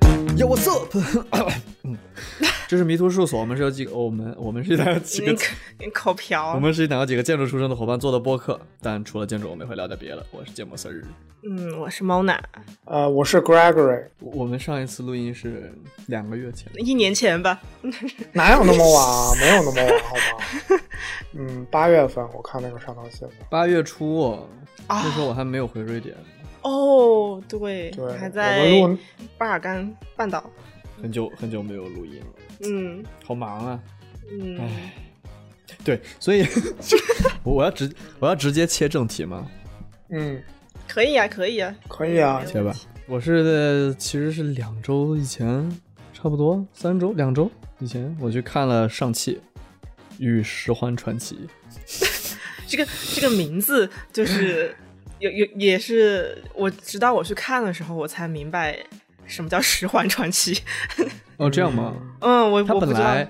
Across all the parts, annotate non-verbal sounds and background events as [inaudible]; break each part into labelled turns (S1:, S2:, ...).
S1: What's up？嗯， [coughs] 这是迷途事务所，我们是有几个，我们我们是有几个 [laughs]
S2: 你，你口瓢
S1: 我。们是有几个建筑出身的伙伴做的播客，但除了建筑，我们也会聊点别的。我是建模 Sir，
S2: 嗯，我是 Mona。
S3: 呃，我是 Gregory，
S1: 我我们上一次录音是两个月前，
S2: 一年前吧，
S3: 哪有那么晚？啊没有那么晚，好吗？
S2: [laughs]
S3: 嗯，八月份我看那个上头新闻，
S1: 八月初、哦，
S2: 啊
S1: 那时候我还没有回瑞典，
S2: 哦，对，
S3: 对，
S2: 还
S3: 我
S2: 在
S3: 们录
S2: 巴尔干半岛，
S1: 很久很久没有录音了，
S2: 嗯
S1: 好忙啊！
S2: 嗯，
S1: 唉，对，所以 [laughs] 我我要直我要直接切正题吗？
S3: 嗯，
S2: 可以啊，可以啊，
S3: 可以啊
S2: 没有
S1: 切吧
S2: 问题。
S1: 我是在其实是两周以前，差不多三周两周以前，我去看了上汽与十环传奇。
S2: 这个这个名字
S1: [laughs]
S2: 就是有有也是我直到我去看的时候，我才明白什么叫十环传奇。
S1: 哦，这样吗？
S2: 嗯，我
S1: 他
S2: 我不
S1: 本
S2: 知道
S1: 来，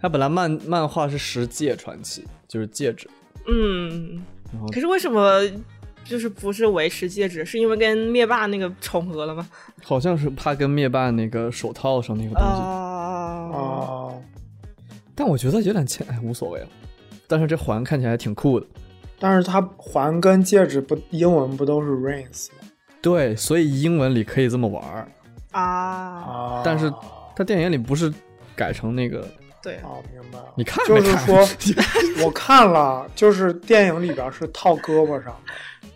S1: 他本来漫漫画是十戒传奇，就是戒指。
S2: 嗯
S1: 然后，
S2: 可是为什么就是不是维持戒指？是因为跟灭霸那个重合了吗？
S1: 好像是怕跟灭霸那个手套上那个东
S2: 啊
S1: 西，
S2: 哦，
S3: 啊，
S1: 但我觉得有点欠，哎，无所谓了。但是这环看起来挺酷的，
S3: 但是它环跟戒指不英文不都是 rings 吗？
S1: 对，所以英文里可以这么玩儿。
S2: 啊，
S3: 啊，
S1: 但是
S3: 哦，
S1: 他电影里不是改成那个？
S2: 对，
S3: 明白了。
S1: 你看
S3: 就
S1: 没
S3: 是
S1: 看？
S3: 说，我看了，就是电影里边是套胳膊上的，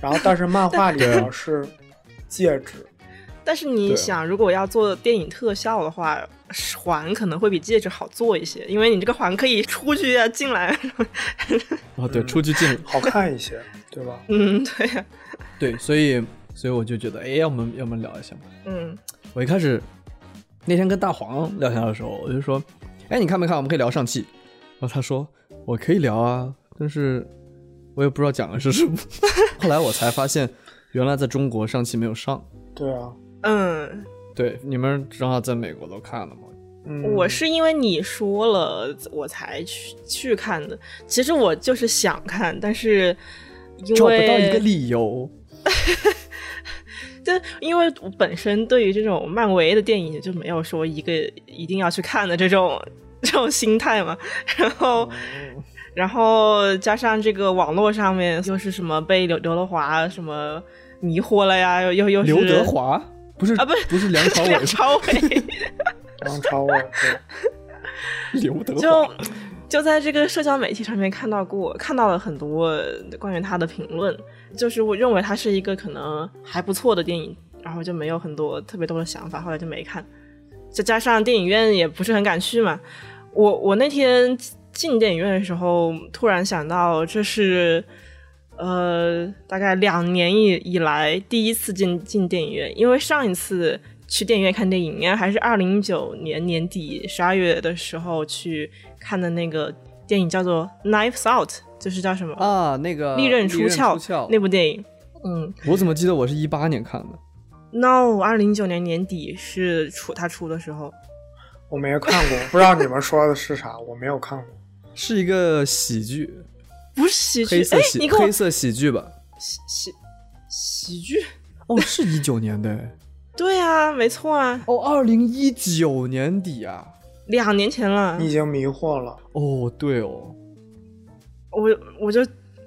S3: 然后但是漫画里边是戒指，
S2: 但是你
S1: 对
S2: 想，如果要做电影特效的话，环可能会比戒指好做一些，因为你这个环可以出去啊，进来，
S1: [laughs]
S2: [laughs]
S1: 哦，对，出去进
S3: 好看一些，对吧？
S2: 嗯，对呀、
S1: 对，所以所以我就觉得，哎，要么要么聊一下嘛。
S2: 嗯
S1: 我一开始那天跟大黄聊天的时候，我就说，哎，你看没看？我们可以聊上汽。然后他说，我可以聊啊，但是我也不知道讲的是什么。 [laughs] 后来我才发现，原来在中国上汽没有上。
S3: 对啊，
S2: 嗯，
S1: 对，你们正好在美国都看了吗？
S3: 嗯，
S2: 我是因为你说了我才去去看的，其实我就是想看，但是因为
S1: 找不到一个理由。
S2: 就因为我本身对于这种漫威的电影就没有说一个一定要去看的这种这种心态嘛，然
S1: 哦
S2: 后。然后加上这个网络上面又是什么被刘刘德华什么迷惑了呀，又又又是
S1: 刘德
S2: [laughs]
S1: 华不是
S2: 啊不是
S1: 不是梁朝伟
S2: 梁朝伟，
S3: 梁朝伟，对
S1: 刘德
S2: 就
S1: 华
S2: 就在这个社交媒体上面看到过，看到了很多关于他的评论，就是我认为他是一个可能还不错的电影，然后就没有很多特别多的想法，后来就没看。再加上电影院也不是很敢去嘛，我我那天进电影院的时候，突然想到这是。呃，大概两年以以来第一次进进电影院，因为上一次去电影院看电影，应该还是二零一九年年底十二月的时候去看的那个电影，叫做《Knives Out》，就是叫什么《
S1: 啊，那个
S2: 利刃
S1: 出
S2: 鞘》
S1: 鞘
S2: 那部电影。嗯
S1: 我怎么记得我是一八年看的？
S2: ，No，二零一九年年底是出他出的时候，
S3: 我没看过，不知道你们说的是啥，我没有看过。
S1: 是一个喜剧，
S2: 不是喜剧
S1: 黑，色
S2: 哎，
S1: 喜
S2: 你跟我
S1: 黑色喜剧吧？
S2: 喜喜喜剧， [laughs]
S1: 哦，是一九年的，哎
S2: 对啊，没错啊，
S1: [laughs] 哦，二零一九年底啊，
S2: 两年前了。
S3: 你已经迷惑了，
S1: 哦，对哦，
S2: 我我就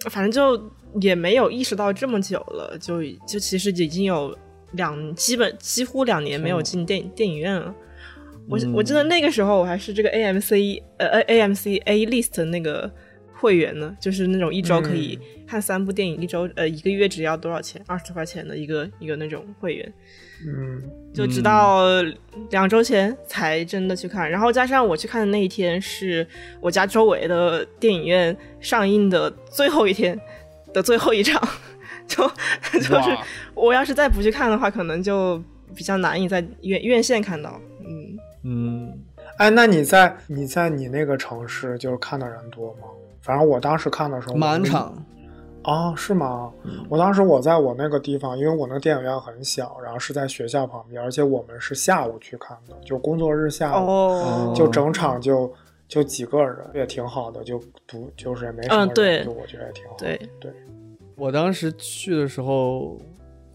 S2: 反正就也没有意识到这么久了，就就其实已经有两基本几乎两年没有进电影电影院了。我、
S1: 嗯
S2: 我记得那个时候我还是这个 AMC 呃 AMC A List 那个会员呢，就是那种一周可以看三部电影，一周呃一个月只要多少钱，二十块钱的一个一个那种会员。
S3: 嗯，
S2: 就直到两周前才真的去看，然后加上我去看的那一天是我家周围的电影院上映的最后一天的最后一场，就 [laughs] [laughs] 就是
S1: 哇
S2: 我要是再不去看的话，可能就比较难以在院院线看到。嗯，
S1: 嗯，
S3: 哎，那你在你在你那个城市就是看的人多吗？反正我当时看的时候，
S1: 满场，
S3: 啊，是吗？
S2: 嗯
S3: 我当时我在我那个地方，因为我那个电影院很小，然后是在学校旁边，而且我们是下午去看的，就工作日
S1: 啊
S3: 下午，
S2: 哦，
S3: 就整场就就几个人，也挺好的，就不就是也没什么人，
S2: 嗯对
S3: 就我觉得也挺好的。
S2: 对，
S3: 对，
S1: 我当时去的时候，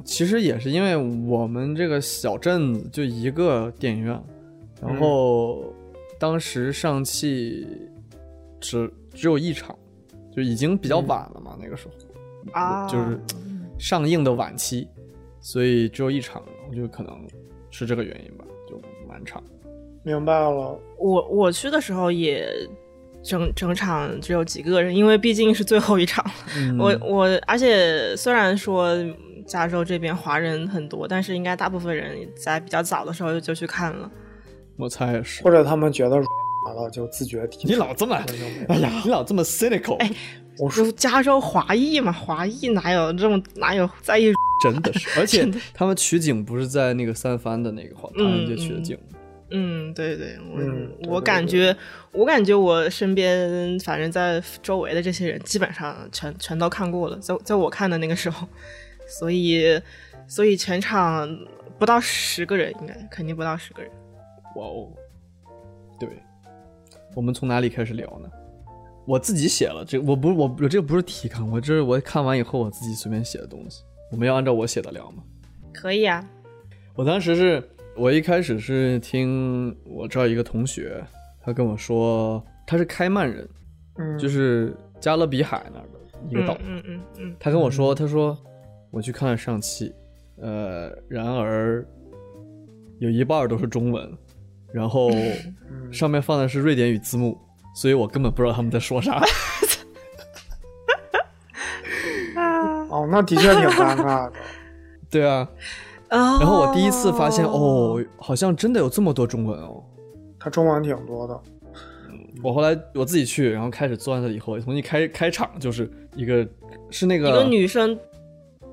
S1: 其实也是因为我们这个小镇子就一个电影院，然后当时上汽只只有一场，就已经比较晚了嘛，那个时候
S2: 啊，
S1: 就是上映的晚期，所以只有一场，我觉得可能是这个原因吧，就满场。
S3: 明白了，
S2: 我我去的时候也整整场只有几个人，因为毕竟是最后一场。
S1: 嗯
S2: 我我而且虽然说加州这边华人很多，但是应该大部分人在比较早的时候就就去看了。
S1: 我猜也是
S3: 或。者他们觉得 [laughs] 完了就自觉提
S1: 你老
S2: [laughs]
S1: 这么，哎呀，你老这么 cynical，、
S2: 哎
S3: 我说
S2: 就加州华裔嘛，华裔哪有这么哪有在意？
S1: 真的
S2: [laughs]
S1: 是。而且
S2: 真的
S1: 他们取景不是在那个三藩的那个华唐人街取的景，
S2: 嗯，对对，我、
S3: 嗯对
S2: 我
S3: 对
S2: 感
S3: 对
S2: 觉我感觉我身边反正在周围的这些人基本上全全都看过了，在在我看的那个时候，所以所以全场不到十个人，应该肯定不到十个人。
S1: 哇哦，对，我们从哪里开始聊呢？我自己写了这，我不是我我这个不是提纲，我这是我看完以后我自己随便写的东西。我们要按照我写的聊吗？
S2: 可以啊，
S1: 我当时是我一开始是听我这儿一个同学，他跟我说他是开曼人，
S3: [laughs] 嗯，
S1: 就是加勒比海那儿的一个岛。
S2: 嗯嗯嗯
S1: 他跟我说，他说我去看了上期，呃，然而有一半儿都是中文，然
S2: [laughs]
S1: 后
S3: 嗯
S1: 上面放的是瑞典语字幕，所以我根本不知道他们在说啥。
S2: 嗯啊
S3: 哦，那的确挺尴尬的。
S1: 对啊，然后我第一次发现，哦，好像真的有这么多中文哦。
S3: 他中文挺多的，
S1: 我后来我自己去，然后开始钻了以后，从一开开场就是一个是那
S2: 一个
S1: 个
S2: 女生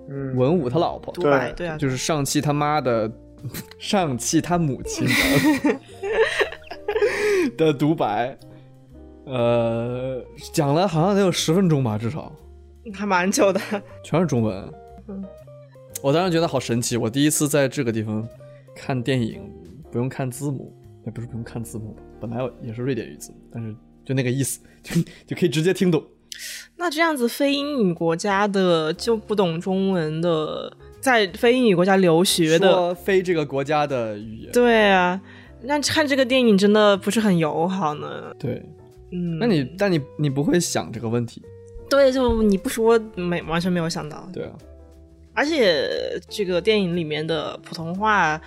S3: 嗯，
S1: 文武他老婆，
S2: 独白，
S3: 对
S2: 对啊，
S1: 就是上汽他妈的，上汽他母亲的
S2: [laughs]
S1: 的独白，呃，讲了好像得有十分钟吧，至少
S2: [laughs] 还蛮久的。
S1: 全是中文。
S2: 嗯，
S1: 我当时觉得好神奇，我第一次在这个地方看电影不用看字幕，也不是不用看字幕吧，本来也是瑞典语字幕，但是就那个意思，就 [laughs] 就可以直接听懂。
S2: 那这样子，非英语国家的就不懂中文的，在非英语国家留学的，
S1: 说非这个国家的语言，
S2: 对啊，那看这个电影真的不是很友好呢。
S1: 对，
S2: 嗯，
S1: 那你但你你不会想这个问题，
S2: 对，就你不说没完全没有想到，
S1: 对啊，
S2: 而且这个电影里面的普通话。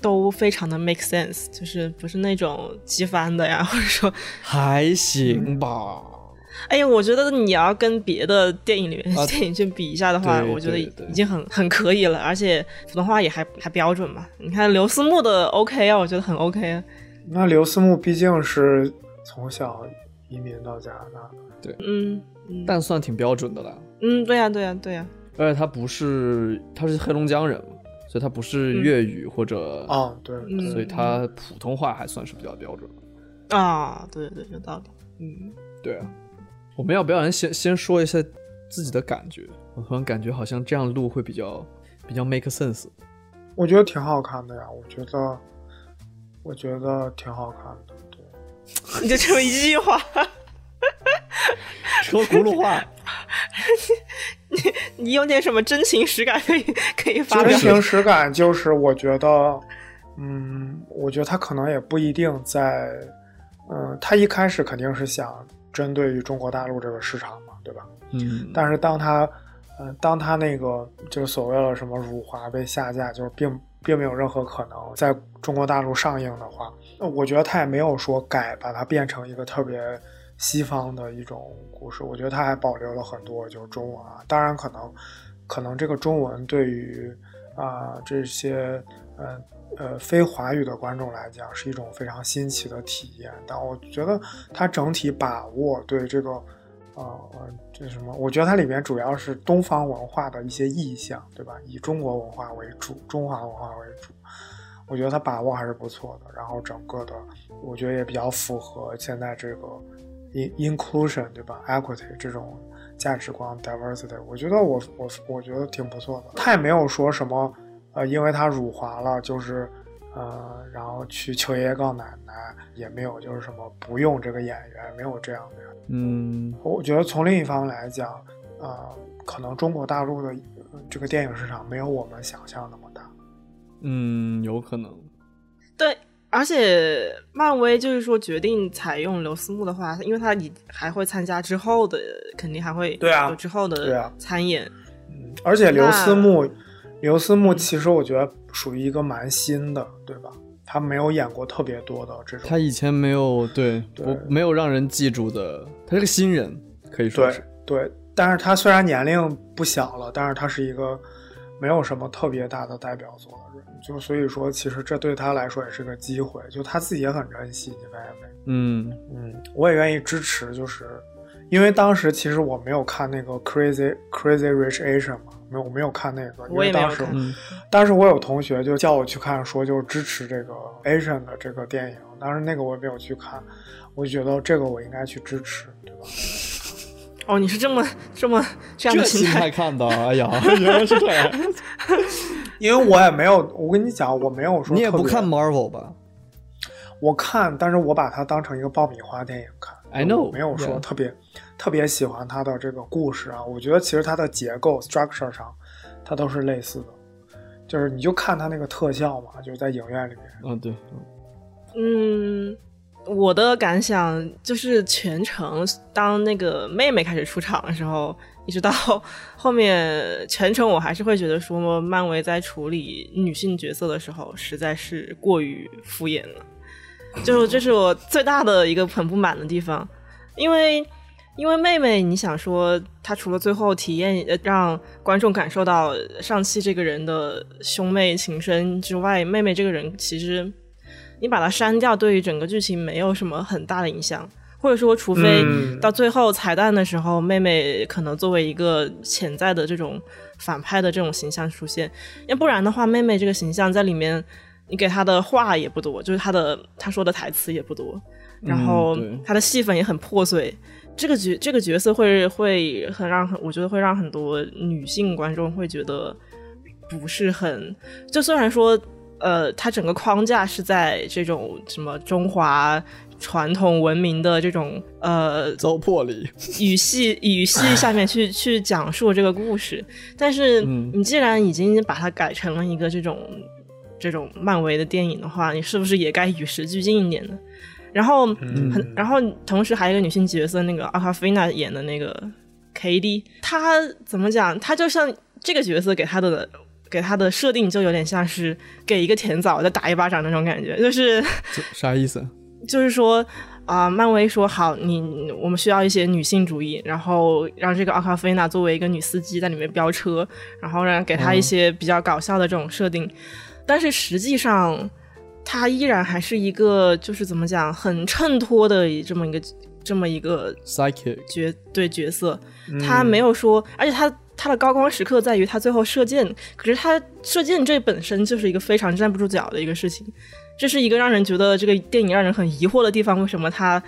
S2: 都非常的 make sense，就是不是那种机翻的呀，或者说
S1: 还行吧。
S2: 哎呀，我觉得你要跟别的电影里面
S1: 啊
S2: 的 [laughs] 电影去比一下的话，
S1: 对
S2: 我觉得
S1: 对
S2: 已
S1: 对
S2: 已经很很可以了，而且普通话也还还标准嘛。你看刘思慕的 OK 啊，我觉得很 OK 啊。
S3: 那刘思慕毕竟是从小移民到加拿大，
S2: 嗯嗯
S1: 但算挺标准的了。
S2: 嗯，对呀、对呀、对呀、
S1: 而且他不是，他是黑龙江人嘛，所以他不是粤语或者，
S3: 啊，对对，
S2: 嗯
S1: 所以他普通话还算是比较标准的。
S2: 啊，对对对，有道理。嗯， [laughs]
S1: 对啊，我们要不要先先说一下自己的感觉？我突然感觉好像这样录会比较比较 make sense。
S3: 我觉得挺好看的呀，我觉得，我觉得挺好看的，对，
S2: 你就这么一句话， [laughs]
S1: 说轱辘话，
S2: 你有点什么真情实感可以可以发
S3: 真
S2: 表？
S3: 情实感就是我觉得，嗯，我觉得他可能也不一定在，嗯，他一开始肯定是想针对于中国大陆这个市场嘛，对吧？
S1: 嗯，
S3: 但是当他，嗯、当他那个就是所谓的什么辱华被下架，就是并并没有任何可能在中国大陆上映的话，呃我觉得他也没有说改把它变成一个特别西方的一种故事，我觉得他还保留了很多就是中文啊，当然可能可能这个中文对于啊、这些呃呃非华语的观众来讲是一种非常新奇的体验，但我觉得它整体把握对这个呃呃这什么，我觉得它里面主要是东方文化的一些意象，对吧？以中国文化为主，中华文化为主。我觉得它把握还是不错的，然后整个的，我觉得也比较符合现在这个 in inclusion 对吧，equity 这种价值观 diversity，我觉得我我我觉得挺不错的。他也没有说什么，呃，因为他辱华了，就是呃，然后去求爷爷告奶奶，也没有就是什么不用这个演员，没有这样的。
S1: 嗯
S3: 我觉得从另一方面来讲，呃，可能中国大陆的嗯这个电影市场没有我们想象那么大。
S1: 嗯，有可能。
S2: 对，而且漫威就是说决定采用刘思慕的话，因为他以还会参加之后的，肯定还会
S3: 对啊
S2: 有之后
S3: 对啊
S2: 的参演，
S3: 嗯，而且刘
S2: 那
S3: 思慕，刘思慕其实我觉得属于一个蛮新的，对吧？他没有演过特别多的这种，
S1: 他以前没有对
S3: 对
S1: 我没有让人记住的，他是个新人，可以说
S3: 对
S1: 是。
S3: 对，但是他虽然年龄不小了，但是他是一个没有什么特别大的代表作的人，就所以说，其实这对他来说也是个机会，就他自己也很珍惜，你发现没？
S1: 嗯
S3: 嗯，我也愿意支持，就是因为当时其实我没有看那个 Crazy Crazy Rich Asian 嘛，没有我没有看那个，因
S2: 我
S3: 为
S2: 也没有
S3: 当时
S2: 看
S1: 嗯
S3: 但是我有同学就叫我去看，说就支持这个 Asian 的这个电影，当时那个我也没有去看，我觉得这个我应该去支持，对吧？
S2: 哦，你是这么这么这样的
S1: 心
S2: 心
S1: 态看 [laughs] 的，哎呀，原来是这样。
S3: 因为我也没有，我跟你讲，我没有
S1: [laughs]
S3: 说
S1: 你也不
S3: 特别
S1: 看 Marvel 吧？
S3: 我看，但是我把它当成一个爆米花电影看。
S1: I know，
S3: 我没有说
S1: yeah
S3: 特别特别喜欢它的这个故事啊。我觉得其实它的结构 structure 上，它都是类似的，就是你就看它那个特效嘛，就是在影院里面。
S1: 嗯，对，
S2: 嗯，我的感想就是全程当那个妹妹开始出场的时候，一直到 [laughs] 后面全程，我还是会觉得说，漫威在处理女性角色的时候，实在是过于敷衍了。就这是我最大的一个很不满的地方，因为因为妹妹，你想说她除了最后体验呃让观众感受到上汽这个人的兄妹情深之外，妹妹这个人其实你把她删掉，对于整个剧情没有什么很大的影响，或者说除非
S3: 嗯
S2: 到最后彩蛋的时候，妹妹可能作为一个潜在的这种反派的这种形象出现，要不然的话，妹妹这个形象在里面，你给她的话也不多，就是她的她说的台词也不多，然后
S1: 对
S2: 她的戏份也很破碎。这个角这个角色会会很让很，我觉得会让很多女性观众会觉得不是很，就虽然说呃，它整个框架是在这种什么中华传统文明的这种呃
S1: 糟粕里，
S2: 语系语系下面去去讲述这个故事，但是
S1: 嗯
S2: 你既然已经把它改成了一个这种这种漫威的电影的话，你是不是也该与时俱进一点呢？然后很，然后同时还有一个女性角色，那个阿卡菲娜演的那个 KD，她怎么讲？她就像这个角色给她的给她的设定就有点像是给一个甜枣再打一巴掌那种感觉，就是。
S1: 这啥意思？
S2: 就是说啊、漫威说好，你我们需要一些女性主义，然后让这个奥卡菲娜作为一个女司机在里面飙车，然后让给她一些比较搞笑的这种设定，但是实际上她依然还是一个就是怎么讲很衬托的这么一个这么一个
S1: psychic，
S2: 角对角色，他没有说，而且他他的高光时刻在于他最后射箭，可是他射箭这本身就是一个非常站不住脚的一个事情，这是一个让人觉得这个电影让人很疑惑的地方，为什么他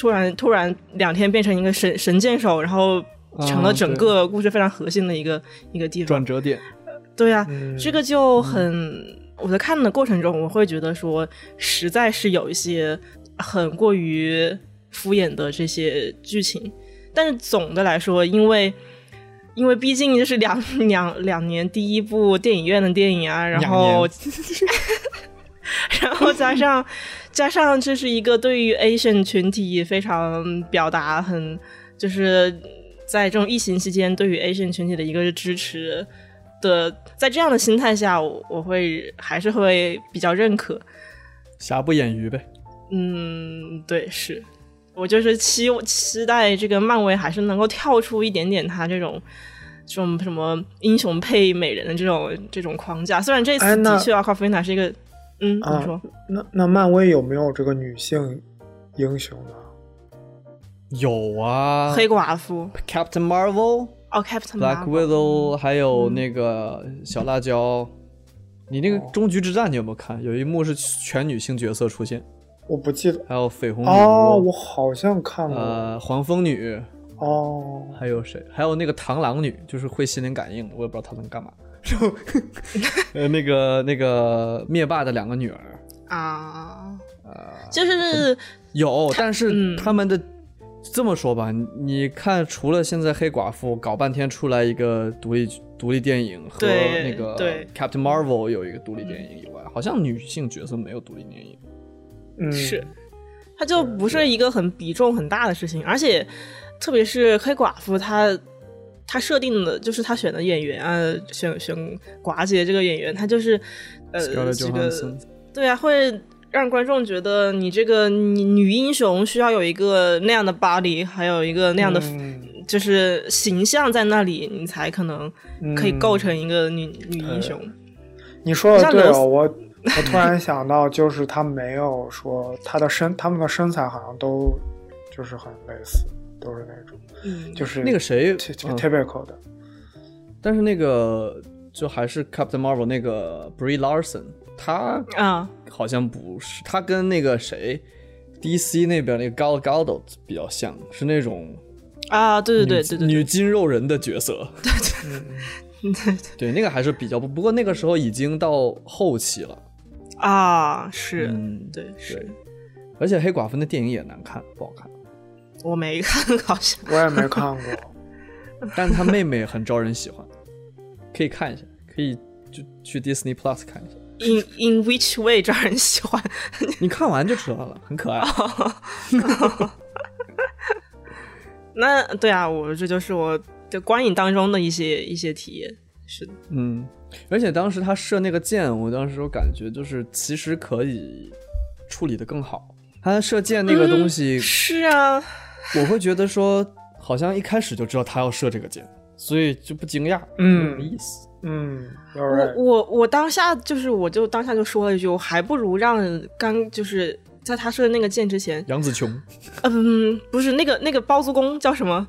S2: 突然突然两天变成一个神神箭手，然后成了
S1: 嗯
S2: 整
S1: 对
S2: 个故事非常核心的一个、一个地方
S1: 转。折点，
S2: 对啊，
S3: 嗯
S2: 这个就很，我在看的过程中，我会觉得说，实在是有一些很过于敷衍的这些剧情。但是总的来说，因为因为毕竟就是两 [laughs] 两两年第一部电影院的电影啊，然后 [laughs] 然后加上加上这是一个对于 Asian 群体非常表达很就是在这种疫情期间对于 Asian 群体的一个支持的，在这样的心态下，我我会还是会比较认可。
S1: 瑕不掩瑜呗。
S2: 嗯，对，是我就是期期待这个漫威还是能够跳出一点点它这种。这种什么英雄配美人的这种这种框架，虽然这
S3: 哎
S2: 次
S3: 那
S2: 的确阿卡菲娜是一个，嗯，你
S3: 啊
S2: 说，
S3: 那那漫威有没有这个女性英雄呢？
S1: 有啊
S2: 黑寡妇，
S1: ，Captain Marvel、
S2: 哦，Captain
S1: Black
S2: Marvel
S1: Widow，还有那个小辣椒。你那个《终局之战》你有没有看？有一幕是全女性角色出现，
S3: 我不记得
S1: 还有绯红女
S3: 哦，
S1: 巫
S3: 我好像看过、
S1: 呃，黄蜂女，
S3: 哦，
S1: 还有谁？还有那个螳螂女，就是会心灵感应的，我也不知道她能干嘛。然 [laughs] 后，呃，那个那个灭霸的两个女儿，
S2: 啊，就是
S1: 有，但是
S2: 嗯
S1: 他们的、这么说吧，你你看，除了现在黑寡妇搞半天出来一个独立独立电影和
S2: 对
S1: 那个
S2: 对
S1: Captain Marvel 有一个独立电影以外，好像女性角色没有独立电影。
S3: 嗯，
S2: 是，它就不是一个很比重很大的事情，而且特别是黑寡妇她。她设定的就是她选的演员啊，选选寡姐这个演员，她就是，呃，
S1: Scarlett
S2: 这个
S1: Johansson
S2: 对啊，会让观众觉得你这个女女英雄需要有一个那样的 body，还有一个那样的、
S3: 嗯
S2: 就是形象在那里，你才可能
S1: 嗯
S2: 可以构成一个女、女
S1: 呃
S2: 英雄。
S3: 你说的
S2: 像
S3: 对
S2: 刘 [laughs]
S3: 哦，我我突然想到，就是他没有说他的身，他们的身材好像都就是很类似，都是那种
S2: 嗯，
S3: 就是
S1: 那个谁
S3: ty- ty-
S1: 嗯
S3: typical 的，
S1: 但是那个就还是 Captain Marvel 那个 Brie Larson，她
S2: 啊，
S1: 好像不是，她跟那个谁 DC 那边那个 Gal Gadot 比较像，是那种
S2: 啊，对对对对对
S1: 女肌肉人的角
S2: [laughs]
S1: 色。
S3: 嗯，
S2: 对对对
S1: 对，那个还是比较不，不过那个时候已经到后期了。
S2: [laughs] 啊，是，
S1: 嗯，
S2: 对是
S1: 对，而且黑寡妇那电影也难看，不好
S2: [laughs]
S1: 看，
S2: 我没看， [laughs] 好像
S3: 我也没看
S2: [laughs]
S3: 过，
S1: 但是她妹妹很招人喜欢，可以看一下，可以就去 Disney Plus 看一下，
S2: in in which way 招人喜欢，
S1: 你看完就知道了，很
S2: [laughs]
S1: 可爱。
S2: 那对啊，我这就是我的观影当中的一些一些体验，是的，
S1: 嗯，而且当时他射那个箭，我当时我感觉就是其实可以处理的更好。他射箭那个东西，
S2: 是啊，
S1: 我会觉得说，好像一开始就知道他要射这个箭，所以就不惊讶，
S3: 嗯
S1: 没意思。
S3: 嗯
S2: 我
S3: ，you're right，
S2: 我我当下就是我就当下就说了一句，我还不如让刚就是在他射那个箭之前，
S1: 杨紫琼 [laughs]
S2: 嗯，不是那个那个包租公叫什么？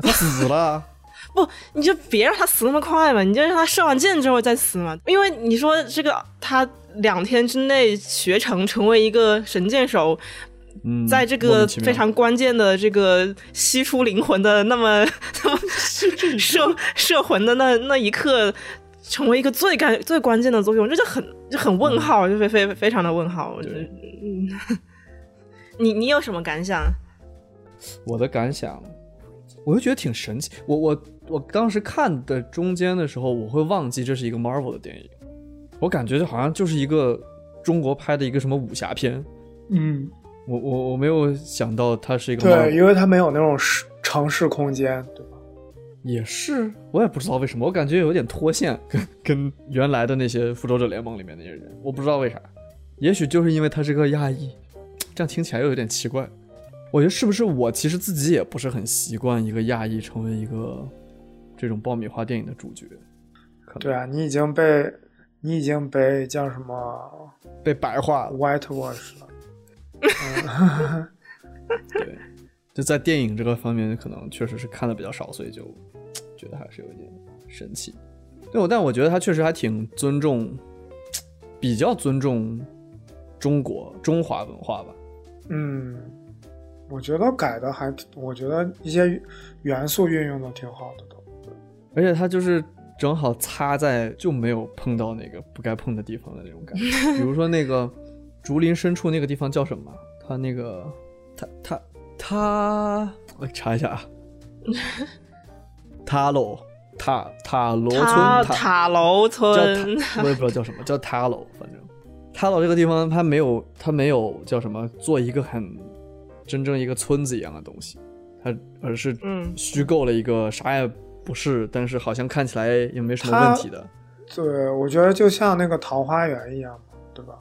S1: 他死了啊，
S2: 不，你就别让他死那么快嘛，你就让他射完箭之后再死嘛。因为你说这个他两天之内学成成为一个神箭手，
S1: 嗯，
S2: 在这
S1: 莫
S2: 个
S1: 名其妙
S2: 非常关键的这个吸出灵魂的那么 [laughs] 那么摄摄魂的那那一刻，成为一个最干最关键的作用，这就很就很问号，就非非非常的问号。我觉得
S1: 嗯对，
S2: 嗯， [laughs] 你你有什么感想？
S1: 我的感想，我就觉得挺神奇。我我我当时看的中间的时候，我会忘记这是一个 Marvel 的电影，我感觉就好像就是一个中国拍的一个什么武侠片。
S3: 嗯，
S1: 我我我没有想到它是一个 Marvel
S3: 对，因为它没有那种市城市空间，对吧？
S1: 也是，我也不知道为什么，我感觉有点脱线，跟跟原来的那些复仇者联盟里面那些人，我不知道为啥，也许就是因为他是个亚裔，这样听起来又有点奇怪。我觉得是不是我其实自己也不是很习惯一个亚裔成为一个这种爆米花电影的主角，
S3: 对啊，你已经被你已经被叫什么
S1: 被白化了。
S3: white wash 了，
S1: 对，就在电影这个方面，可能确实是看的比较少，所以就觉得还是有一点神奇。对，我但我觉得他确实还挺尊重，比较尊重中国中华文化吧。
S3: 嗯。我觉得改的还挺，我觉得一些元素运用的挺好的都。
S1: 而且他就是正好擦在就没有碰到那个不该碰的地方的那种感觉。比如说那个竹林深处那个地方叫什么？他那个他他他，我查一下啊，塔罗塔塔罗村
S2: 塔塔楼村
S1: 叫塔，我也不知道叫什么，叫塔楼，反正塔楼这个地方它没有它没有叫什么做一个很真正一个村子一样的东西，它而是
S2: 嗯
S1: 虚构了一个啥也不是，但是好像看起来也没什么
S3: 它
S1: 问题的，
S3: 对，我觉得就像那个桃花源一样嘛，对吧？。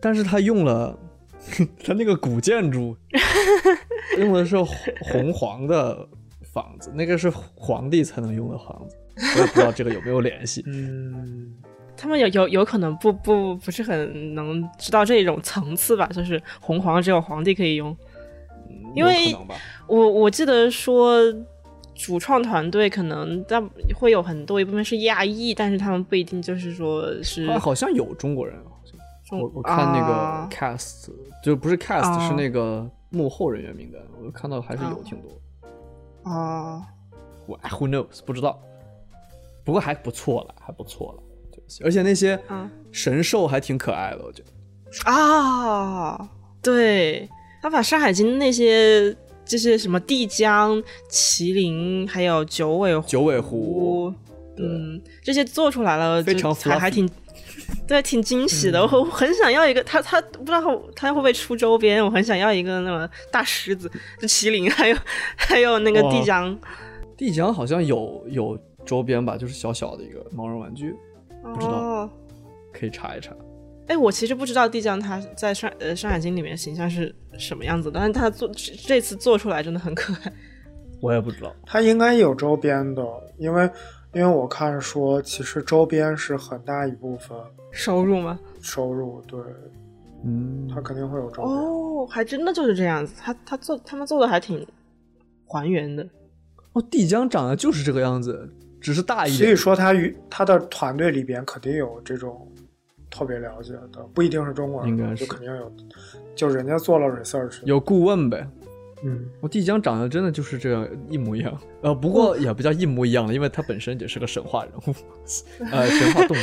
S1: 但是它用了 [laughs] 它那个古建
S2: [laughs]
S1: 筑用的是红红黄的房子，那个是皇帝才能用的房子，我也不知道这个有没有联系
S3: 嗯，
S2: 他们有有有可能不不不是很能知道这种层次吧，就是红黄只有皇帝可以用。
S1: 嗯
S2: 因为
S1: 有可能吧，
S2: 我我记得说，主创团队可能但会有很多一部分是亚裔，但是他们不一定就是说是
S1: 它好像有中国人，好像。
S2: 啊中
S1: 我我看那
S2: 啊
S1: 个 cast、就不是 cast、
S2: 啊
S1: 是那个幕后人员名单，我看到还是有
S2: 啊
S1: 挺多。
S2: 哦
S1: 我哎 who knows 不知道，不过还不错了，还不错了。对，而且那些
S2: 啊
S1: 神兽还挺可爱的，我觉得。
S2: 啊，对，他把《山海经》那些这些什么帝江、麒麟还有九尾
S1: 九尾狐
S2: 嗯，这些做出来了，
S1: 非
S2: 就
S1: 常
S2: 还
S1: fluffy 嗯
S2: 还挺，对，挺惊喜的。我我很想要一个，他他不知道他会不会出周边，我很想要一个那种大狮子，就麒麟，还有还有那个
S1: 哇
S2: 地江，
S1: 地奖好像有有周边吧，就是小小的一个毛绒玩具，不知道
S2: 哦，
S1: 可以查一查。
S2: 哎，我其实不知道地江他在上呃《山海经》里面形象是什么样子的，但是他做这这次做出来真的很可爱。
S1: 我也不知道，
S3: 它应该有周边的，因为因为我看说，其实周边是很大一部分
S2: 收入吗？
S3: 收入，对，
S1: 嗯，
S3: 它肯定会有周边。
S2: 哦，还真的就是这样子，他他做他们做的还挺还原的。
S1: 哦，地江长得就是这个样子，只是大一
S3: 所以
S1: 点。
S3: 说，他与他的团队里边肯定有这种特别了解的，不一定是中国人，
S1: 应该是
S3: 就肯定有，就人家做了 research，
S1: 有顾问呗，
S3: 嗯，
S1: 我地江长得真的就是这样一模一样，呃，不过也不叫一模一样了，因为他本身也是个神话人物，呃，神话动
S2: [laughs]
S1: 物。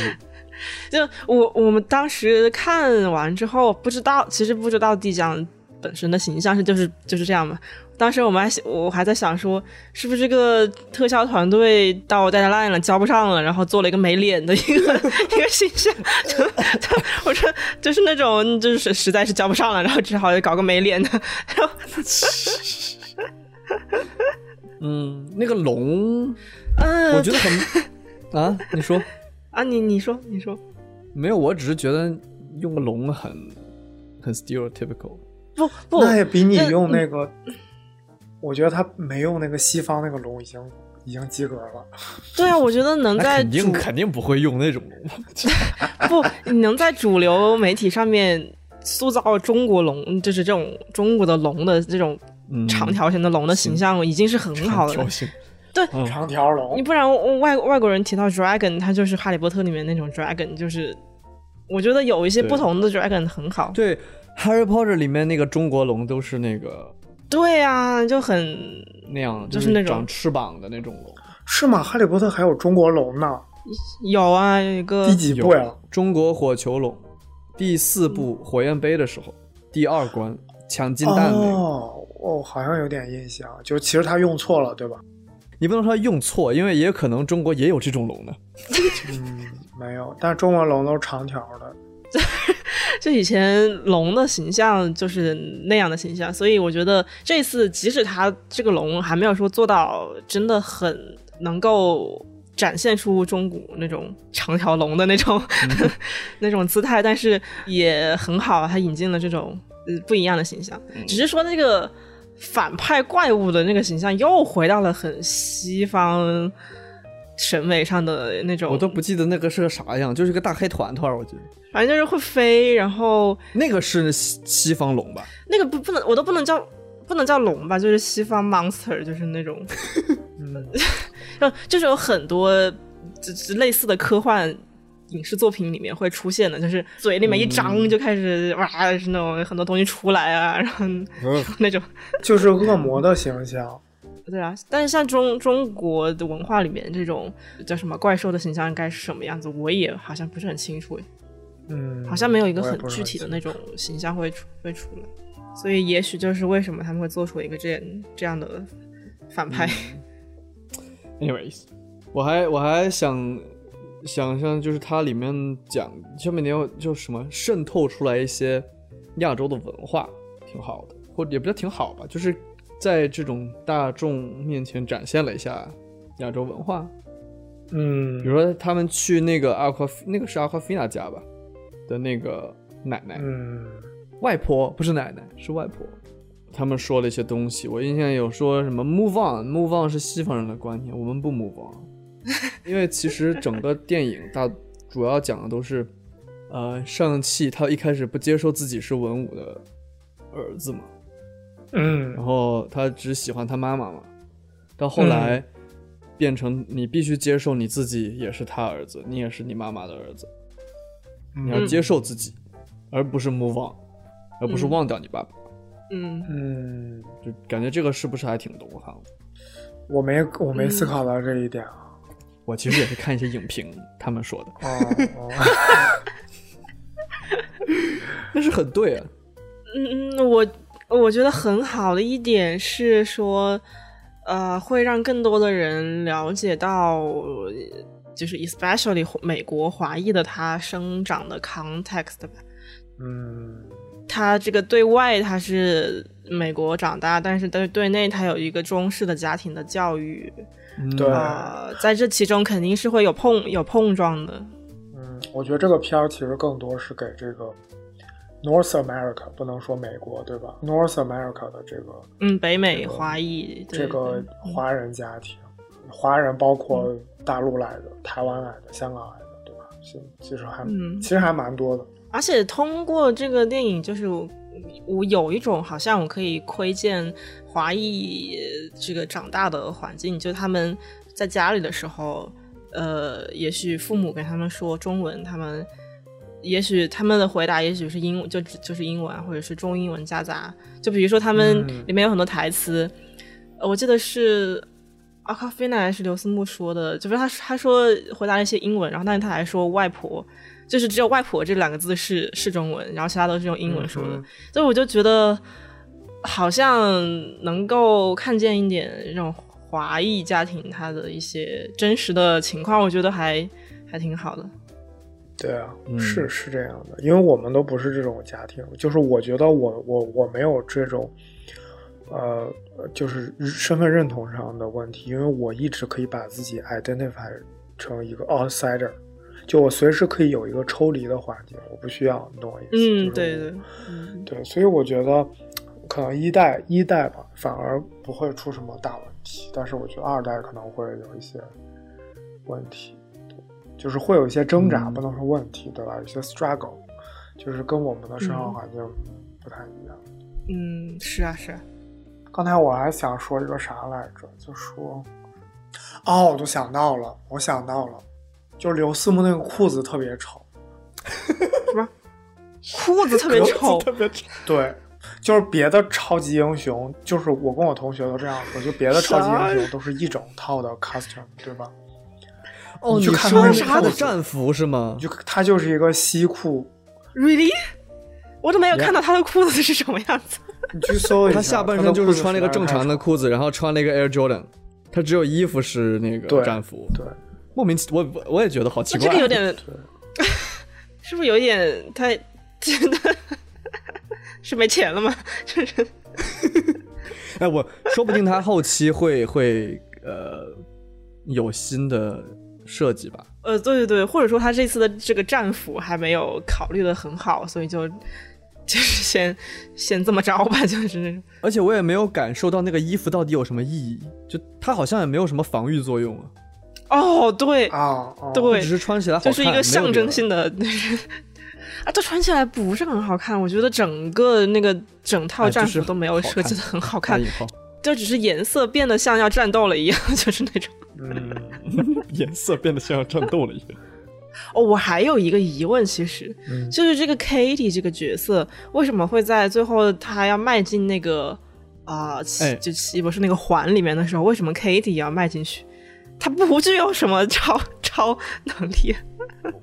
S2: 就我我们当时看完之后，不知道其实不知道地江本身的形象是就是就是这样嘛。当时我们还想我还在想说，是不是这个特效团队到 deadline 了交不上了，然后做了一个没脸的一个 [laughs] 一个形象，就就我说就是那种就是实在是交不上了，然后只好搞个没脸的，然后
S1: 嗯，那个
S2: [laughs]
S1: 龙，
S2: 嗯、
S1: 我觉得很啊，你说
S2: 啊你你说你说
S1: 没有？我只是觉得用个龙很很 stereotypical。
S2: 不不
S3: 那也比你
S2: 那嗯
S3: 用那个，我觉得他没用那个西方那个龙已经已经及格了。
S1: [laughs]
S2: 对啊，我觉得能
S1: 那
S2: 在
S1: 肯
S2: 主
S1: 定肯定不会用那种龙，
S2: 不，你能在主流媒体上面塑造中国龙，就是这种中国的龙的这种 [laughs]
S1: 嗯
S2: 长条形的龙的形象，已经是很好的
S1: 挑
S2: 了。
S1: 衅。嗯
S3: 长条
S2: 你
S3: 龙，
S2: 不然我外外国人提到 dragon，他就是《哈利波特》里面那种 dragon，就是我觉得有一些
S1: 对
S2: 不同的 dragon 很好。
S1: 对，《Harry Potter》里面那个中国龙都是那个
S2: 对啊，就很
S1: 那样，
S2: 就是
S1: 是
S2: 那种
S1: 长翅膀的那种龙。
S3: 是吗？哈利波特还有中国龙呢，
S2: 有啊，有一个
S3: 第几部呀？
S1: 中国火球龙第四部《火焰杯》的时候，第二关抢金蛋那个，
S3: 哦，哦，好像有点印象，就其实他用错了，对吧？
S1: 你不能说用错，因为也有可能中国也有这种龙呢。
S3: 嗯，没有，但中国龙都是长条的，
S2: 就以前龙的形象就是那样的形象，所以我觉得这次即使它这个龙还没有说做到真的很能够展现出中古那种长条龙的那种、 [laughs]
S1: 嗯
S2: 那种姿态，但是也很好，它引进了这种呃不一样的形象，只是说那个反派怪物的那个形象又回到了很西方审美上的那种，
S1: 我都不记得那个是个啥样，就是个大黑团团，我觉得
S2: 反正就是会飞，然后。
S1: 那个是西西方龙吧？
S2: 那个不不能，我都不能叫不能叫龙吧，就是西方 monster，就是那种， [laughs]
S3: 嗯，
S2: 就就是有很多就就类似的科幻影视作品里面会出现的，就是嘴里面一张就开始、哇，是那种很多东西出来啊，然后 [laughs] 那种，
S3: 就是恶魔的形象。
S2: 对啊。但是像中中国的文化里面这种叫什么怪兽的形象该是什么样子，我也好像不是很清楚诶。
S3: 嗯，
S2: [laughs] 好像没有一个
S3: 我也
S2: 很
S3: 不是
S2: 具
S3: 很
S2: 体的
S3: 清
S2: 那种形象会出会出来，所以也许就是为什么他们会做出一个这样这样的反派。
S1: Anyways，我还我还想想象，就是它里面讲下面你要就什么渗透出来一些亚洲的文化，挺好的，或者也不叫挺好吧，就是在这种大众面前展现了一下亚洲文化。比
S3: 嗯
S1: 如说他们去那个阿夸那个是阿夸菲娜家吧的那个奶奶、
S3: 嗯，
S1: 外婆，不是奶奶是外婆。他们说了一些东西，我印象有说什么 “move on”，“move on” 是西方人的观念，我们不 move on，因为其实整个电影大主要讲的都是，呃，上汽他一开始不接受自己是文武的儿子嘛，然
S3: 嗯，
S1: 后他只喜欢他妈妈嘛，到后来变成你必须接受你自己也是他儿子，你也是你妈妈的儿子，你要
S2: 嗯
S1: 接受自己，而不是 move on，而不是
S2: 嗯
S1: 忘掉你爸爸。
S2: 嗯，
S3: 嗯，
S1: 就感觉这个是不是还挺东方的？
S3: 我没我没思考到这一点啊。
S1: 我其实也是看一些影评他们说的，
S3: 哦，哦
S1: 但是很对啊。
S2: [laughs] 嗯嗯，我我觉得很好的一点是说，呃，会让更多的人了解到呃就是 especially 美国华裔的它生长的 context 吧，
S3: 嗯，
S2: 他这个对外他是美国长大，但是对对内他有一个中式的家庭的教育，
S1: 嗯
S3: 对
S2: 呃， [laughs] 在这其中肯定是会有碰有碰撞的，
S3: 嗯，我觉得这个片儿其实更多是给这个 North America，不能说美国，对吧？North America 的这个
S2: 嗯，北美华裔
S3: 这个
S2: 对
S3: 华人家庭，华人包括大陆来的、台湾来的、香港来的，对吧？其其实还、
S2: 嗯
S3: 其实还蛮多的。
S2: 而且通过这个电影，就是我我有一种好像我可以窥见华裔呃这个长大的环境，就他们在家里的时候，呃，也许父母跟他们说中文，他们也许他们的回答也许是英文，就只就是英文啊，或者是中英文夹杂。就比如说他们
S3: 嗯
S2: 里面有很多台词，呃我记得是阿卡菲娜还是刘思慕说的，就是他他说回答了一些英文，然后但是他还说外婆，就是只有外婆这两个字是是中文，然后其他都是用英文说的，
S3: 嗯
S2: 所以我就觉得好像能够看见一点这种华裔家庭他的一些真实的情况，我觉得还还挺好的。
S3: 对啊，
S1: 嗯
S3: 是是这样的，因为我们都不是这种家庭，就是我觉得我我我没有这种，呃，就是身份认同上的问题，因为我一直可以把自己 identify 成一个 outsider，就我随时可以有一个抽离的环境，我不需要，你懂我意思？就是
S2: 嗯，
S3: 我
S2: 对对，嗯
S3: 对，所以我觉得可能一代一代吧，反而不会出什么大问题，但是我觉得二代可能会有一些问题，对就是会有一些挣扎，
S1: 嗯
S3: 不能说问题，对吧？有些 struggle，就是跟我们的生长环境不太一样。
S2: 嗯，是啊是啊，
S3: 刚才我还想说一个啥来着，就说，哦，我就想到了，我想到了，就是刘思慕那个裤子特别丑，
S2: 裤子特
S1: [laughs]
S2: 别丑，
S1: 特别丑，
S3: 对，就是别的超级英雄，就是我跟我同学都这样说，就别的超级英雄都是一整套的 costume，对吧？
S1: 哦，
S3: 你去看
S1: 说
S3: 他
S1: 的
S3: 们
S1: 是
S3: 那
S1: 他的
S3: 裤子
S1: 战服是吗
S3: 你？就他就是一个西裤，
S2: Really？我都没有
S3: Yeah
S2: 看到他的裤子是什么样子。
S3: 你去搜一下，
S1: 他下半身就是穿了一个正常的
S3: 裤
S1: 裤子，然后穿了一个 Air Jordan，他只有衣服是那个
S3: 对
S1: 战服，
S3: 子，对
S1: 莫名其我我我也觉得好奇
S2: 那
S1: 怪，
S2: 这个有点，
S3: 对，
S2: [laughs] 是不是有点太 [laughs] 真的是没钱了吗？就是
S1: 哎，我说不定他后期会会呃有新的设计吧。
S2: 呃，对对对，或者说他这次的这个战斧还没有考虑的很好，所以就 [laughs] 就是先先这么着吧， [laughs] 就是那种。
S1: 而且我也没有感受到那个衣服到底有什么意义，就它好像也没有什么防御作用啊，
S2: 哦，对，
S3: 啊，哦
S2: 对
S1: 只是穿起来好
S2: 就
S1: 看，
S2: 是一个象征性
S1: 的。
S2: 的。 [laughs] 啊，这穿起来不是很好看，我觉得整个那个整套
S1: 哎就
S2: 战
S1: 是
S2: 服都没有
S1: 好
S2: 设计
S1: 看
S2: 的很好
S1: 打
S2: 看，
S1: 引号，
S2: 就只是颜色变得像要战斗了一样， [laughs] 就是那种。
S3: 嗯，
S1: 颜色变得像要战斗了一样。
S2: 哦，我还有一个疑问，其实、
S3: 嗯
S2: 就是这个 Katie 这个角色为什么会在最后她要迈进那个啊、奇
S1: 哎
S2: 就奇博士那个环里面的时候，为什么 Katie 也要迈进去？她不具有什么超 [laughs] 超能力？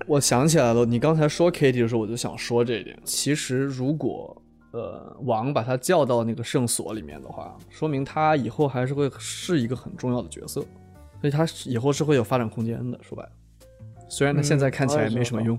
S1: 我想起来了，你刚才说 Kitty 的时候，我就想说这一点。其实如果呃王把他叫到那个圣所里面的话，说明他以后还是会是一个很重要的角色，所以他以后是会有发展空间的。说白了，虽然他现在看起来没什么用，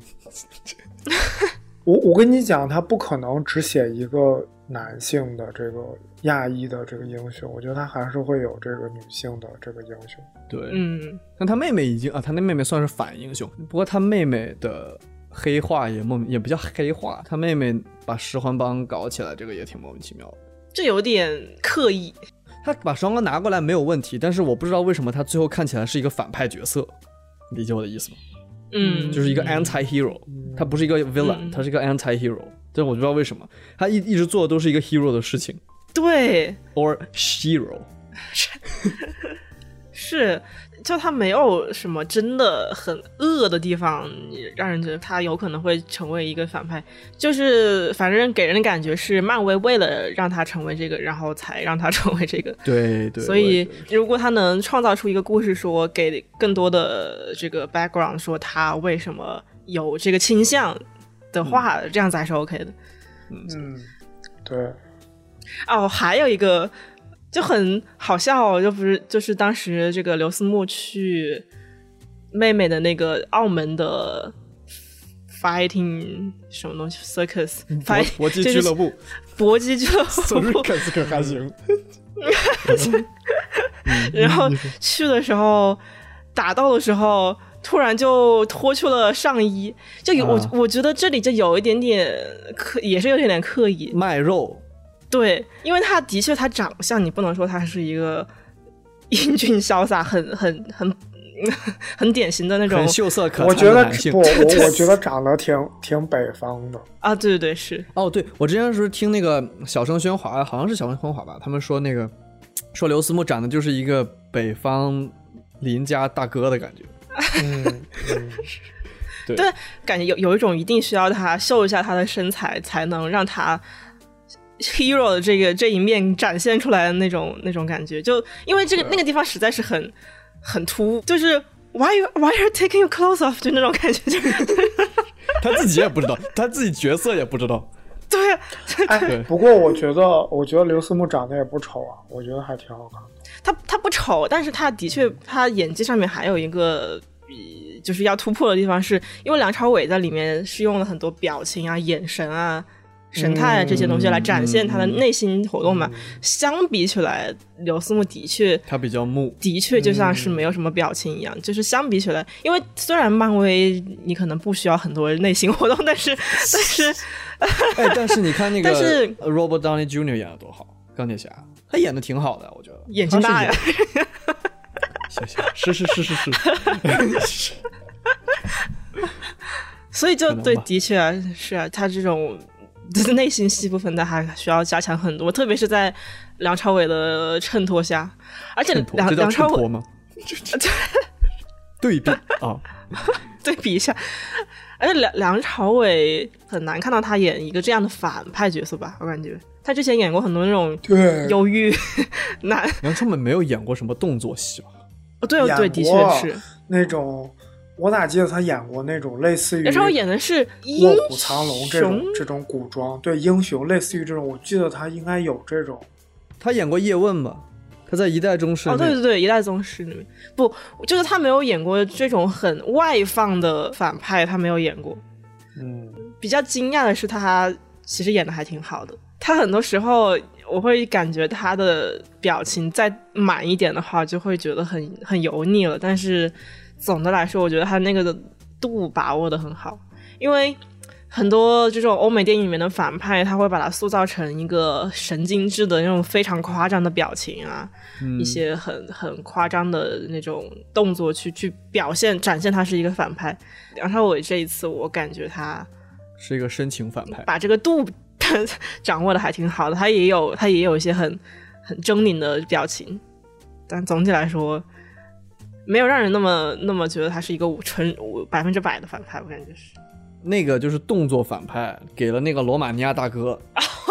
S3: 我我跟你讲，他不可能只写一个男性的这个亚裔的这个英雄，我觉得他还是会有这个女性的这个英雄，
S1: 对，
S2: 嗯，
S1: 但他妹妹已经啊，他那妹妹算是反英雄，不过他妹妹的黑化也莫名也不叫黑化，他妹妹把十环帮搞起来，这个也挺莫名其妙的。
S2: 这有点刻意。
S1: 他把双光拿过来没有问题，但是我不知道为什么他最后看起来是一个反派角色，你理解我的意思吗？
S2: 嗯，
S1: 就是一个 anti hero，、他不是一个 villain，、
S2: 嗯
S1: 他是一个 anti hero，但我不知道为什么他一一直做的都是一个 hero 的事情
S2: 对，
S1: ，or hero。
S2: 是，就他没有什么真的很恶的地方，让人觉得他有可能会成为一个反派。就是反正给人的感觉是漫威为了让他成为这个，然后才让他 [laughs] 成为这个。
S1: 对对，
S2: 所
S1: 我也
S2: 以
S1: 觉得，
S2: 如果他能创造出一个故事说，给更多的这个 background，说他为什么有这个倾向的话，这样子还是 OK 的。
S3: 嗯，对，
S2: 哦，还有一个就很好笑、哦，就不是就是当时这个刘思慕去妹妹的那个澳门的 fighting 什么东西 circus
S1: 搏
S2: fight
S1: 嗯搏击
S2: 就是
S1: 俱乐部
S2: [laughs] 搏击俱乐 [laughs]
S1: [laughs] ，sorry，
S2: 部，
S1: 看斯克还行。
S2: 然后去的时候打到的时候，突然就脱去了上衣，就有、
S1: 啊
S2: 我我觉得这里就有一点点刻，也是有点点刻意，
S1: 卖肉，
S2: 对，因为他的确，他长相你不能说他是一个 [laughs] 英俊潇洒、很很很 [laughs] 很典型的那种
S1: 很秀色可
S3: 我
S1: 餐
S3: 觉
S1: 的
S3: 得
S1: 男性
S3: 不，。我
S1: [laughs]
S3: 我觉得长得挺挺北方的，
S2: 啊，对对对，是
S1: 哦，对，我之前是听那个小声喧哗，好像是小声喧哗吧，他们说那个说刘思慕长得就是一个北方邻家大哥的感觉。
S3: 嗯，嗯
S2: 感觉有有一种一定需要他秀一下他的身材，才能让他 hero 的这个这一面展现出来的那种那种感觉。就因为这个那个地方实在是很很突兀，就是 why you why you taking your clothes off 就那种感觉，就是
S1: 他自己也不知道，他自己角色也不知道。
S2: [laughs] 对啊，
S1: 对
S3: 哎，不过我觉得，我觉得刘思慕长得也不丑啊，我觉得还挺好看的。
S2: 他他不丑，但是他的确他演技上面还有一个呃就是要突破的地方是，因为梁朝伟在里面是用了很多表情啊、眼神啊、神态啊这些东西来展现他的内心活动嘛。相比起来，刘思慕的确。
S1: 他比较木，
S2: 的确，就像是没有什么表情一样，就是相比起来，因为虽然漫威你可能不需要很多内心活动，但是但是
S1: 哎，但是你看那个
S2: [laughs] 但是
S1: Robert Downey Jr. 演的多好，钢铁侠，他演的挺好的，我觉得。
S2: 眼睛大呀，
S1: 行行，是是是是
S2: [laughs]
S1: 是，
S2: 所以就
S1: 可能
S2: 对，
S1: 吧
S2: 的确啊，是啊，他这种 [laughs] 就是内心戏部分，他还需要加强很多，特别是在梁朝伟的衬托下，而且
S1: 衬托，
S2: 梁
S1: 这叫
S2: 梁
S1: 衬
S2: 朝
S1: 托
S2: 伟 [laughs]
S1: 吗？ [laughs] 对比啊，
S2: 对比一下，而且梁梁朝伟很难看到他演一个这样的反派角色吧，我感觉他之前演过很多那种
S3: 对，
S2: 忧郁 [laughs] 男，
S1: 梁朝伟没有演过什么动作戏吧？
S2: 哦对哦
S3: 演
S2: 对，的确
S3: 过
S2: 是，
S3: 那种，我哪记得他演过那种类似于
S2: 梁朝伟演的是英
S3: 卧虎藏龙这种
S2: 雄
S3: 这种古装，对英雄类似于这种，我记得他应该有这种。
S1: 他演过叶问吧？他在《一代宗师》
S2: 哦，
S1: 里
S2: 对
S1: 面
S2: 对对，《一代宗师》里面不，就是他没有演过这种很外放的反派，他没有演过。
S3: 嗯，
S2: 比较惊讶的是，他其实演的还挺好的。他很多时候我会感觉他的表情再满一点的话，就会觉得很很油腻了。但是总的来说，我觉得他那个的度把握的很好，因为。很多这种欧美电影里面的反派，他会把他塑造成一个神经质的那种非常夸张的表情啊，
S1: 嗯
S2: 一些很很夸张的那种动作去去表现展现他是一个反派。梁朝伟这一次，我感觉他
S1: 是一个深情反派。
S2: 把这个度 [laughs] 掌握的还挺好的，他也有他也有一些很很狰狞的表情，但总体来说，没有让人那么那么觉得他是一个纯百分之百的反派，我感觉是。
S1: 那个就是动作反派，给了那个罗马尼亚大哥， [laughs]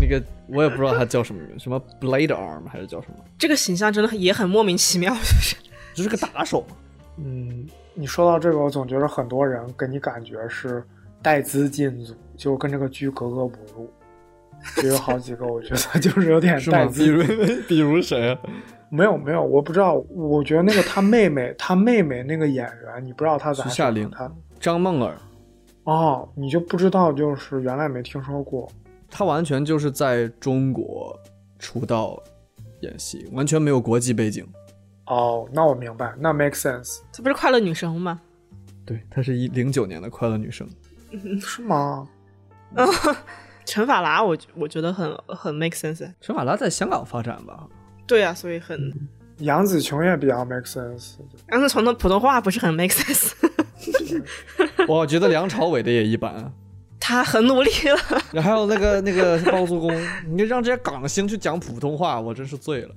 S1: 那个我也不知道他叫什么名，什么 Blade Arm 还是叫什么，
S2: 这个形象真的也很莫名其妙， [laughs] 就是
S1: 就是个打手嘛。 [laughs]
S3: 嗯，你说到这个，我总觉得很多人给你感觉是带资进组，就跟这个剧格格不
S2: [laughs]
S3: 入。也有好几个，我觉得就是有点
S1: 是
S3: 带
S1: 吗？
S3: 资
S1: 比如 [laughs] 比如谁啊？
S3: 没有没有，我不知道。我觉得那个他妹妹，他妹妹那个演员，你不知道他咋
S1: 苏夏玲
S3: 他
S1: 张梦儿，
S3: 哦，你就不知道，就是原来没听说过。
S1: 她完全就是在中国出道演戏，完全没有国际背景。
S3: 哦，那我明白，那 make sense
S2: 这不是快乐女神吗？
S1: 对，她是一零九年的快乐女生。
S3: 是吗？
S2: 陈法拉我，我觉得很很 make sense。啊
S1: 陈法拉在香港发展吧？
S2: 对啊，所以很，
S1: 嗯
S3: 杨紫琼也比较 make sense。
S2: 但是从他普通话不是很 make sense。 [laughs]
S1: 我觉得梁朝伟的也一般啊。
S2: 他很努力了，
S1: 然后还有那个那个包租公，你让这些港星去讲普通话，我真是醉了。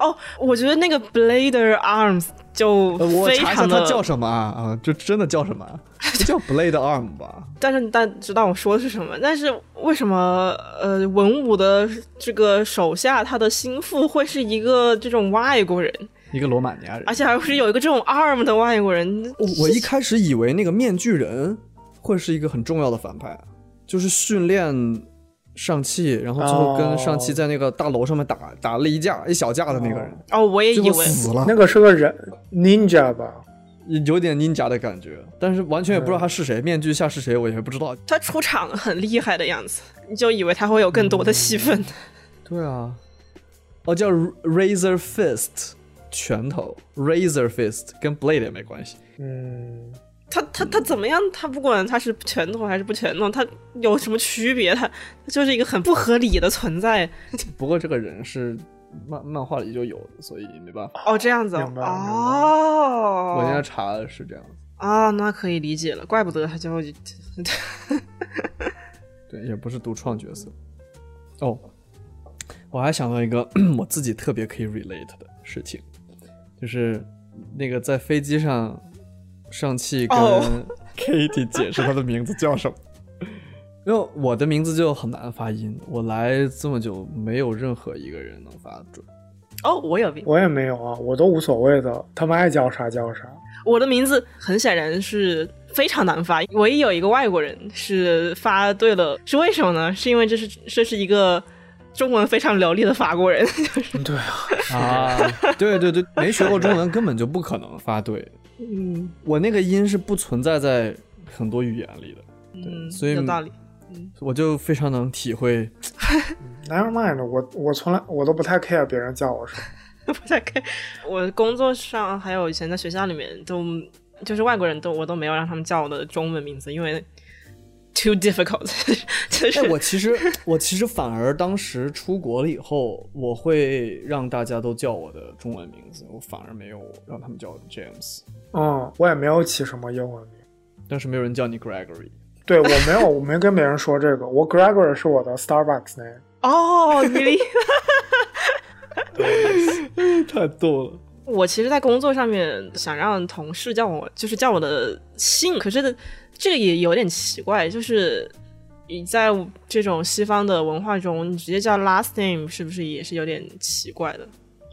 S2: 哦，我觉得那个 Blader Arms 就
S1: 呃我
S2: 非
S1: 查一下
S2: 常的，
S1: 他叫什么啊？啊，这真的叫什么啊？这叫 Blade Arm 吧？
S2: 但是但知道我说的是什么，但是为什么呃文武的这个手下他的心腹会是一个这种外国人，
S1: 一个罗马尼亚人
S2: 而。且还是有一个这种 arm 的外国人，
S1: 我我一开始以为那个面具人会是一个很重要的反派，就是训练上汽，然后最后跟上汽在那个大楼上面打打了一架一小架的那个人，
S2: 哦我也
S1: 最
S2: 以
S1: 后
S2: 为
S1: 死了
S3: 那。个是个人 ninja 吧？
S1: 有点 ninja 的感觉，但是完全也不知道他是谁，面具下是谁我也不知道。
S2: 他出场很厉害的样子，你就以为他会有更多的戏份。
S1: 对啊，哦叫 Razor Fist 拳头，Razor Fist 跟 Blade 也没关系。
S3: 嗯，
S2: 他他他怎么样？他不管他是拳头还是不拳头，他有什么区别？他他就是一个很不合理的存在。
S1: 不过这个人是漫漫画里就有的，所以没办法。
S2: 哦，这样子哦
S3: 明白明白
S2: 哦，
S1: 我现在查的是这样子，
S2: 啊，那可以理解了，怪不得他就
S1: 对，也不是独创角色。哦，我还想到一个 [clears throat] 我自己特别可以 relate 的事情，就是那个在飞机上，上汽跟
S2: 哦 [laughs]
S1: Kitty 解释他的名字叫什么。因为我的名字就很难发音，我来这么久没有任何一个人能发准。
S2: 哦，我有病。
S3: 我也没有啊，我都无所谓的，他们爱叫啥叫啥。
S2: 我的名字很显然是非常难发，唯一有一个外国人是发对了，是为什么呢？是因为这是这是一个中文非常流利的法国人，
S3: 对啊，
S1: 啊， [laughs] 对对对，没学过中文根本就不可能发对。
S2: 嗯
S1: 我那个音是不存在在很多语言里的，
S2: 嗯，
S1: 所以
S2: 有道理。 [laughs]
S1: 我就非常能体会。
S3: Never mind，我我从来我都不太 care 别人叫我什么。
S2: 不太 care。我工作上还有以前在学校里面都就是外国人都我都没有让他们叫我的中文名字，因为 too difficult，就是、
S1: [laughs]
S2: [laughs]
S1: 哎，我其实我其实反而当时出国了以后，我会让大家都叫我的中文名字，我反而没有让他们叫我 James，
S3: 嗯，我也没有起什么英文名。
S1: 但是没有人叫你 Gregory。
S3: 对我没有，我没跟别人说这个。我 Gregory 是我的 Starbucks name。
S2: 哦、r e a l l y
S1: [laughs] 太逗了。
S2: 我其实，在工作上面想让同事叫我，就是叫我的姓，可是这个也有点奇怪，就是你在这种西方的文化中，你直接叫 last name 是不是也是有点奇怪的？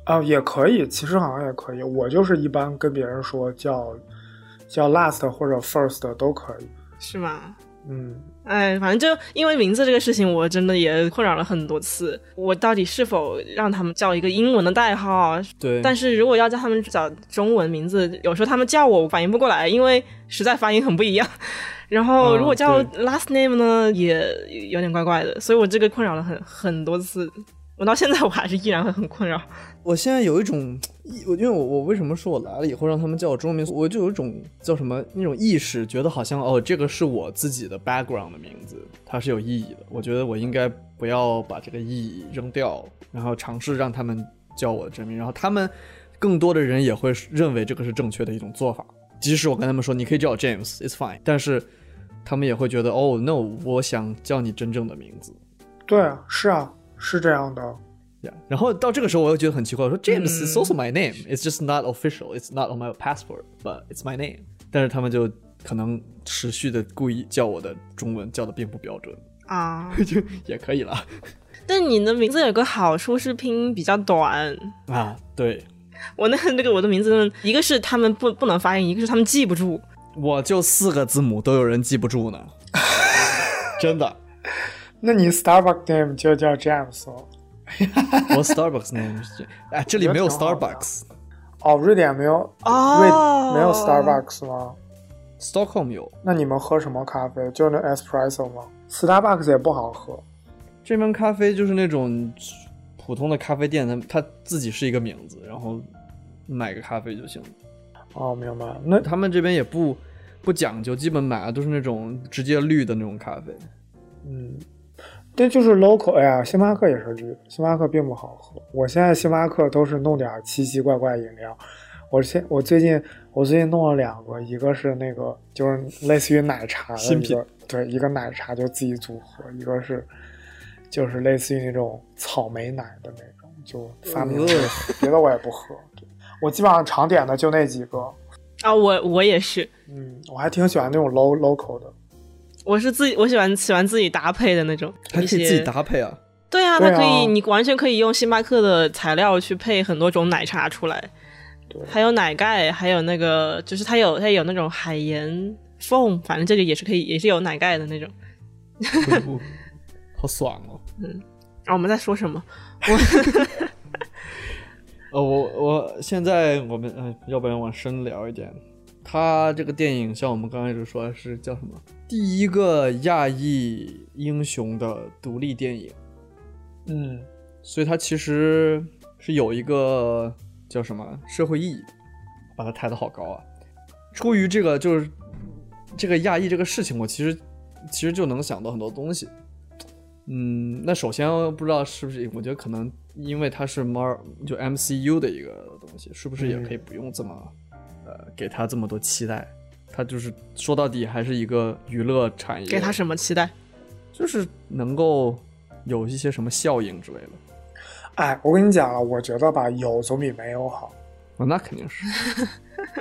S3: 啊、也可以，其实好像也可以。我就是一般跟别人说叫叫 last 或者 first 都可以。
S2: 是吗？
S3: 嗯，
S2: 哎，反正就因为名字这个事情，我真的也困扰了很多次。我到底是否让他们叫一个英文的代号？啊
S1: 对，
S2: 但
S1: 是
S2: 是如果要叫他们找中文名字，有时候他们叫我，我反应不过来，因为实在发音很不一样。 [laughs] 然后
S1: 嗯
S2: 如果叫
S1: 对
S2: last name 呢，也有点怪怪的，所以我这个困扰了很很多次。我到现在我还是依然会很困扰。
S1: 我现在有一种，我因为我我为什么说我来了以后让他们叫我中文名字，我就有一种叫什么那种意识，觉得好像哦，这个是我自己的 background 的名字，它是有意义的。我觉得我应该不要把这个意义扔掉，然后尝试让他们叫我的真名，然后他们更多的人也会认为这个是正确的一种做法。即使我跟他们说你可以叫我 James，it's fine，但是他们也会觉得哦，no，我想叫你真正的名字。
S3: 对啊，是啊，是这样的。
S1: Yeah. 然后到这个时候，我又觉得很奇怪，我说 James is
S2: 嗯
S1: also my name, it's just not official, it's not on my passport, but it's my name。但是他们就可能持续的故意叫我的中文叫的并不标准， [laughs]
S2: 啊！
S1: 就也可以了
S2: 但你的名字有个好处是拼音比较短，
S1: 啊。对，
S2: 我那那个我的名字，一个是他们不不能发音，一个是他们记不住。
S1: 我就四个字母都有人记不住呢，真的。
S3: 那你 Starbucks name 就叫 James 哦。
S1: 我 Starbucks name，是哎，这里没有
S3: 我觉得挺好的
S1: Starbucks，Stockholm
S3: 哦，瑞典没有瑞
S2: 哦，
S3: 没有 Starbucks 吗？
S1: 有。
S3: 那你们喝什么咖啡？就那 espresso 吗？Starbucks 也不好喝。
S1: 这边咖啡就是那种普通的咖啡店，它它自己是一个名字，然后买个咖啡就行了。
S3: 哦，明白。那
S1: 他们这边也不不讲究，基本买的都是那种直接绿的那种咖啡。
S3: 嗯，但就是 local，哎呀，星巴克也是绿，星巴克并不好喝。我现在星巴克都是弄点儿奇奇怪怪饮料。我现我最近我最近弄了两个，一个是那个就是类似于奶茶的
S1: 新
S3: 一
S1: 品
S3: 个，对，一个奶茶就自己组合，一个是就是类似于那种草莓奶的那种，就发明的，
S1: 嗯
S3: 别的我也不喝。对我基本上常点的就那几个，
S2: 啊，我我也是，
S3: 嗯，我还挺喜欢那种 low local 的。
S2: 我是自己，我喜欢喜欢自己搭配的那种，
S1: 还
S2: 一
S1: 可
S2: 些
S1: 以自己。搭配 [laughs] 啊！
S2: 对啊，
S3: 对
S2: 它
S3: 啊
S2: 可以，你完全可以用星巴克的材料去配很多种奶茶出来，
S3: 对，
S2: 还有奶盖，还有那个就是它有它有那种海盐凤，反正这个也是可以，也是有奶盖的那种。
S1: 好爽哦！
S2: 啊，我们在说什么？
S1: 哦呃，我我现在我们呃，要不然往深聊一点，他这个电影像我们刚开始说是叫什么？第一个亚裔英雄的独立电影，
S3: 嗯
S1: 所以它其实是有一个叫什么社会意义，把它抬得好高啊。出于这个就是这个亚裔这个事情，我其实其实就能想到很多东西。嗯，那首先不知道是不是，我觉得可能因为它是 Mar 就 MCU 的一个东西，是不是也可以不用这么、呃给它这么多期待？它就是说到底还是一个娱乐产业，
S2: 给他什么期待？
S1: 就是能够有一些什么效应之类的。
S3: 哎，我跟你讲了，我觉得吧，有总比没有 [laughs] 好，
S1: 啊，那肯定是。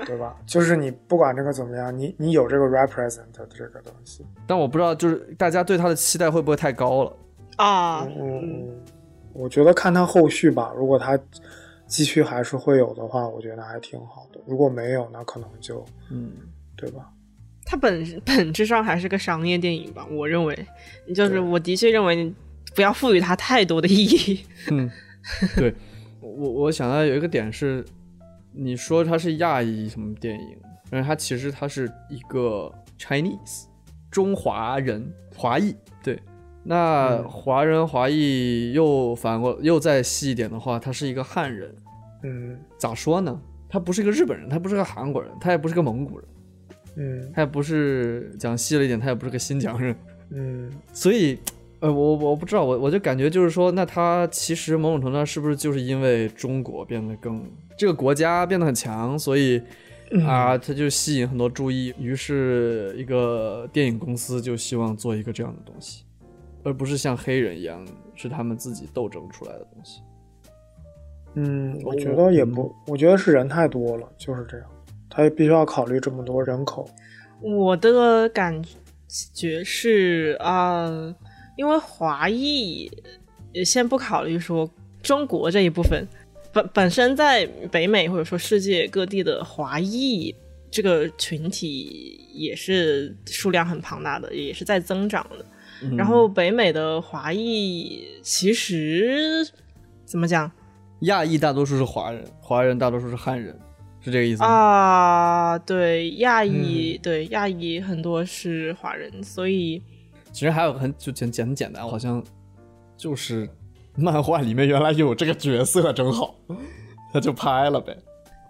S3: 对吧？就是你不管这个怎么样，你你有这个 represent 的这个东西，
S1: 但我不知道，就是大家对他的期待会不会太高了？
S2: 啊，
S3: 嗯，嗯，我觉得看他后续吧，如果他继续还是会有的话，我觉得还挺好的。如果没有，那可能就
S1: 嗯，
S3: 对吧？
S2: 它本本质上还是个商业电影吧，我认为，就是
S3: 对
S2: 我的确认为不要赋予它太多的意义。
S1: 嗯，对，我我想到有一个点是，你说它是亚裔什么电影，但是它其实它是一个 Chinese 中华人华裔，对。那
S3: 嗯
S1: 华人华裔又反过又再细一点的话，他是一个汉人，
S3: 嗯
S1: 咋说呢？他不是一个日本人，他不是个韩国人，他也不是个蒙古人，
S3: 嗯
S1: 他也不是讲细了一点，他也不是个新疆人，
S3: 嗯
S1: 所以，呃，我我不知道，我我就感觉就是说，那他其实某种程度上是不是就是因为中国变得更这个国家变得很强，所以
S3: 嗯
S1: 啊，他就吸引很多注意，于是一个电影公司就希望做一个这样的东西，而不是像黑人一样是他们自己斗争出来的东西。
S3: 嗯，我觉得也不，我觉得是人太多了，就是这样，他也必须要考虑这么多人口。
S2: 我的感觉是啊、呃因为华裔，呃先不考虑说中国这一部分，本本身在北美或者说世界各地的华裔这个群体也是数量很庞大的，也是在增长的。
S1: 嗯
S2: 然后北美的华裔其实怎么讲
S1: 亚裔大多数是华人，华人大多数是汉人，是这个意思吗？
S2: 啊？对，亚裔，对亚裔很多是华人，所以
S1: 其实还有很就简简简单，好像就是漫画里面原来有这个角色，正好 [laughs] 他就拍了呗。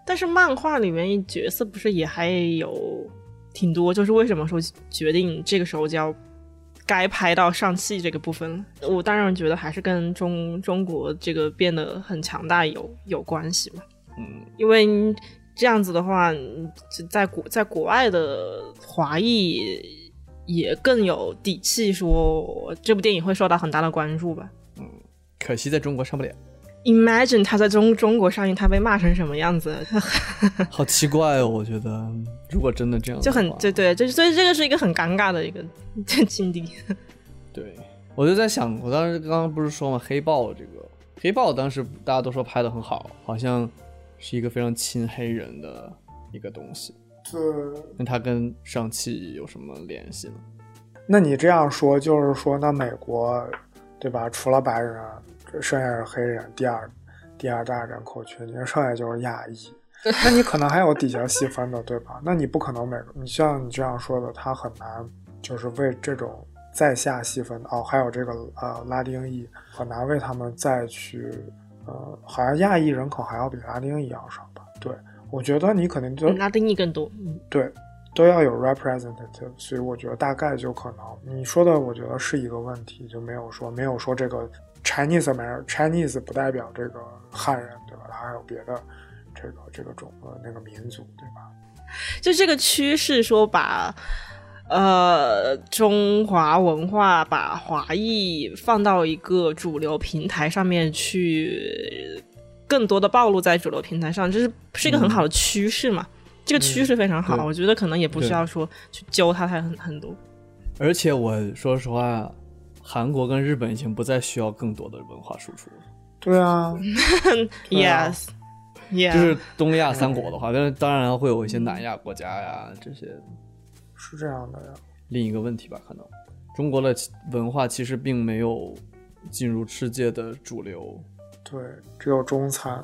S2: 但是漫画里面角色不是也还有挺多，就是为什么说决定这个时候就要该拍到上汽这个部分了？我当然觉得还是跟中中国这个变得很强大有有关系嘛。
S1: 嗯，
S2: 因为你这样子的话，你就在国在国外的华裔也更有底气说这部电影会受到很大的关注吧。
S1: 可惜在中国上不了，
S2: Imagine 他在中中国上映，他被骂成什么样子，
S1: 好奇怪哦。我觉得如果真的这样的
S2: 就
S1: 话，
S2: 很对对，这所以这个是一个很尴尬的一个境地。
S1: 嗯对，我就在想，我当时刚刚不是说嘛，黑豹这个黑豹当时大家都说拍的很好，好像是一个非常亲黑人的一个东西，
S3: 对，
S1: 那它跟上汽有什么联系呢？
S3: 那你这样说，就是说，那美国，对吧？除了白人，剩下是黑人，第二第二大人口群，你剩下就是亚裔。那你可能还有底下细分的，对吧？那你不可能每个，你像你这样说的，他很难就是为这种再下细分的哦，还有这个呃拉丁裔，很难为他们再去呃，好像亚裔人口还要比拉丁裔要少吧？对，我觉得你肯定就
S2: 拉丁裔更多，嗯
S3: 对，都要有 representative，所以我觉得大概就可能你说的，我觉得是一个问题，就没有说没有说这个 Chinese Amer Chinese 不代表这个汉人，对吧？它还有别的这个这个种呃那个民族，对吧？
S2: 就这个趋势说把呃中华文化把华裔放到一个主流平台上面去，更多的暴露在主流平台上，这是是一个很好的趋势嘛。这个趋势非常好，
S1: 嗯对
S2: 我觉得可能也不
S1: 对
S2: 需要说去揪它太很很多。
S1: 而且我说实话，韩国跟日本已经不再需要更多的文化输出了，
S3: 对啊，对啊
S2: yes,
S1: [laughs]
S2: yeah，
S1: 就是东亚三国的话，但是当然会有一些南亚国家呀，这些
S3: 是这样的呀。
S1: 另一个问题吧，可能中国的其文化其实并没有进入世界的主流，
S3: 对，只有中餐，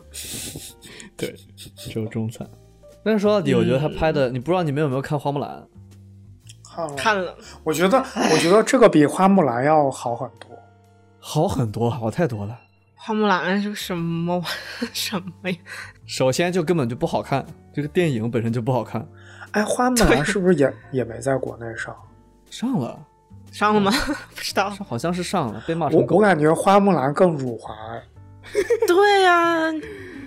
S1: 对，只有中餐。但是说到底，我觉得他拍
S2: 嗯
S1: 的，你不知道你们有没有看《花木兰
S3: 看了，
S2: 看了，
S3: 我觉得我觉得这个比花木兰要好很多。》，
S1: 好很多，好太多了。
S2: 花木兰是个什么 [laughs] 玩什么呀？
S1: 首先就根本就不好看，这个电影本身就不好看。
S3: 哎，花木兰是不是也也没在国内上？
S1: 上了，
S2: 上了吗？ [laughs] 不知道。
S1: 好像是上了，被骂
S3: 我
S1: 成
S3: 我
S1: 狗。
S3: 感觉花木兰更辱华。
S2: [laughs] 对呀、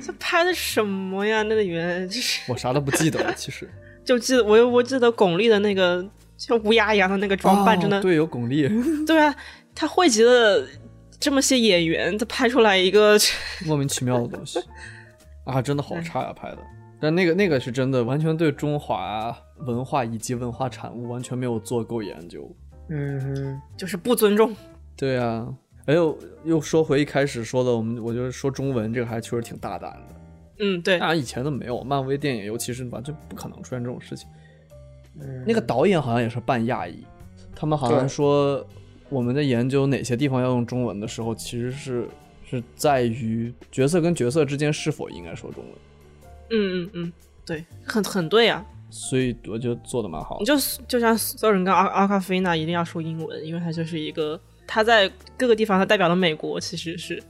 S2: 这拍的什么呀？那个原就是
S1: 我啥都不记得了，其实。
S2: 就记得我我记得巩俐的那个像乌鸦一样的那个装扮，
S1: 哦
S2: 真的、
S1: 对，有巩俐，
S2: 对啊，他汇集了这么些演员，他拍出来一个
S1: 莫名其妙的东西啊，真的好差呀、拍的。但那个那个是真的，完全对中华文化以及文化产物完全没有做够研究。
S3: 嗯哼，
S2: 就是不尊重。
S1: 对啊，哎呦，又说回一开始说的，我们我觉得说中文这个还确实挺大胆的，
S2: 嗯，对，
S1: 那以前都没有，漫威电影尤其是完全不可能出现这种事情。
S3: 嗯
S1: 那个导演好像也是半亚裔，他们好像
S3: 对
S1: 说我们在研究哪些地方要用中文的时候，其实是是在于角色跟角色之间是否应该说中文，
S2: 嗯嗯嗯，对，很很对啊。
S1: 所以我觉得做的蛮好
S2: 你。就就像所有人跟阿阿卡菲娜一定要说英文，因为他就是一个他在各个地方他代表了美国，其实是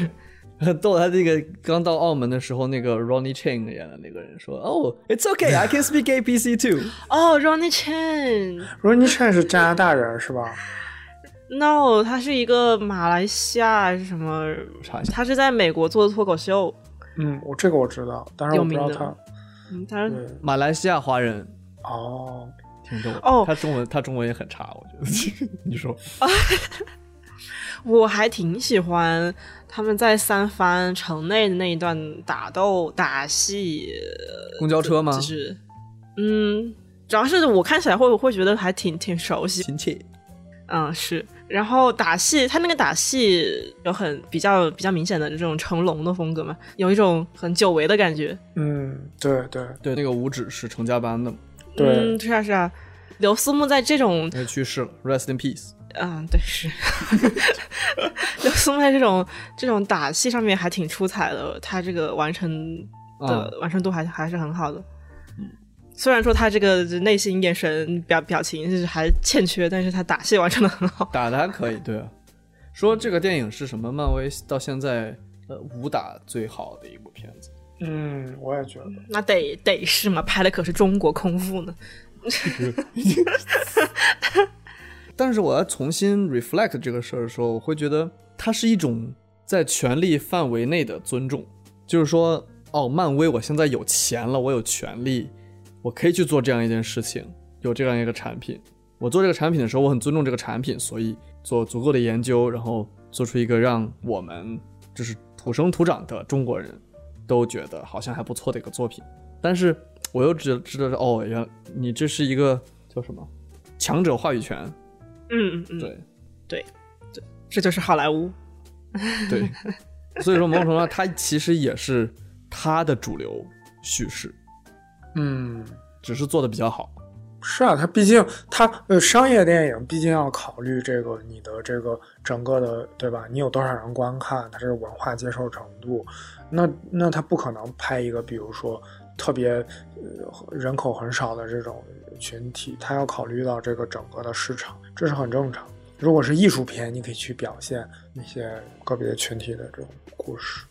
S1: [laughs] 逗他那个刚到澳门的时候，那个 Ronnie Chang 演的那个人说：“哦、i t s okay, I can speak ABC [laughs] too。
S2: 哦，Ronnie Chan。
S3: Ronnie Chan 是加拿大人是吧？
S2: No，他是一个马来西亚还是什么？
S1: 查一下
S2: 他是在美国做的脱口秀，
S3: 嗯，我这个我知道，但是我不知道
S2: 有名的
S3: 他。
S2: 嗯，他是
S3: 嗯，
S1: 马来西亚华人
S3: 哦，
S1: 挺逗的，
S2: 哦
S1: 他中文他中文也很差，我觉得。 [laughs] 你说
S2: 我还挺喜欢他们在三藩城内的那一段打斗打戏，呃
S1: 公交车吗？
S2: 就是嗯，主要是我看起来会会觉得还挺挺熟悉，
S1: 亲切。
S2: 嗯是。然后打戏，他那个打戏有很比较比较明显的这种成龙的风格嘛，有一种很久违的感觉。
S3: 嗯，对对
S1: 对，那个五指是成家班的，
S3: 对
S2: 嗯，，是啊是啊。刘思慕在这种
S1: 那个去世了，Rest in peace。
S2: 嗯，对，是。 [laughs] 刘松在这种这种打戏上面还挺出彩的，他这个完成的、
S1: 嗯
S2: 完成度还还是很好的。虽然说他这个内心、眼神、表表情就是还欠缺，但是他打戏完成的很好。
S1: 打的还可以，对啊。说这个电影是什么？漫威到现在呃武打最好的一部片子，
S3: 嗯，我也觉得。
S2: 那得得是嘛，拍的可是中国空腹呢。
S1: 但是我要重新 reflect 这个事儿的时候，我会觉得它是一种在权力范围内的尊重，就是说，哦，漫威我现在有钱了，我有权利，我可以去做这样一件事情，有这样一个产品。我做这个产品的时候，我很尊重这个产品，所以做足够的研究，然后做出一个让我们就是土生土长的中国人都觉得好像还不错的一个作品。但是我又只知道是哦，原来你这是一个叫什么强者话语权，
S2: 嗯嗯嗯，
S1: 对
S2: 这就是好莱坞。
S1: 对，所以说某种程度上，它其实也是它的主流叙事，
S3: 嗯，
S1: 只是做的比较好。
S3: 是啊，它毕竟它呃商业电影毕竟要考虑这个你的这个整个的对吧？你有多少人观看，它这个文化接受程度，那那它不可能拍一个比如说特别呃人口很少的这种群体，它要考虑到这个整个的市场，这是很正常。如果是艺术片，你可以去表现那些个别群体的这种故事。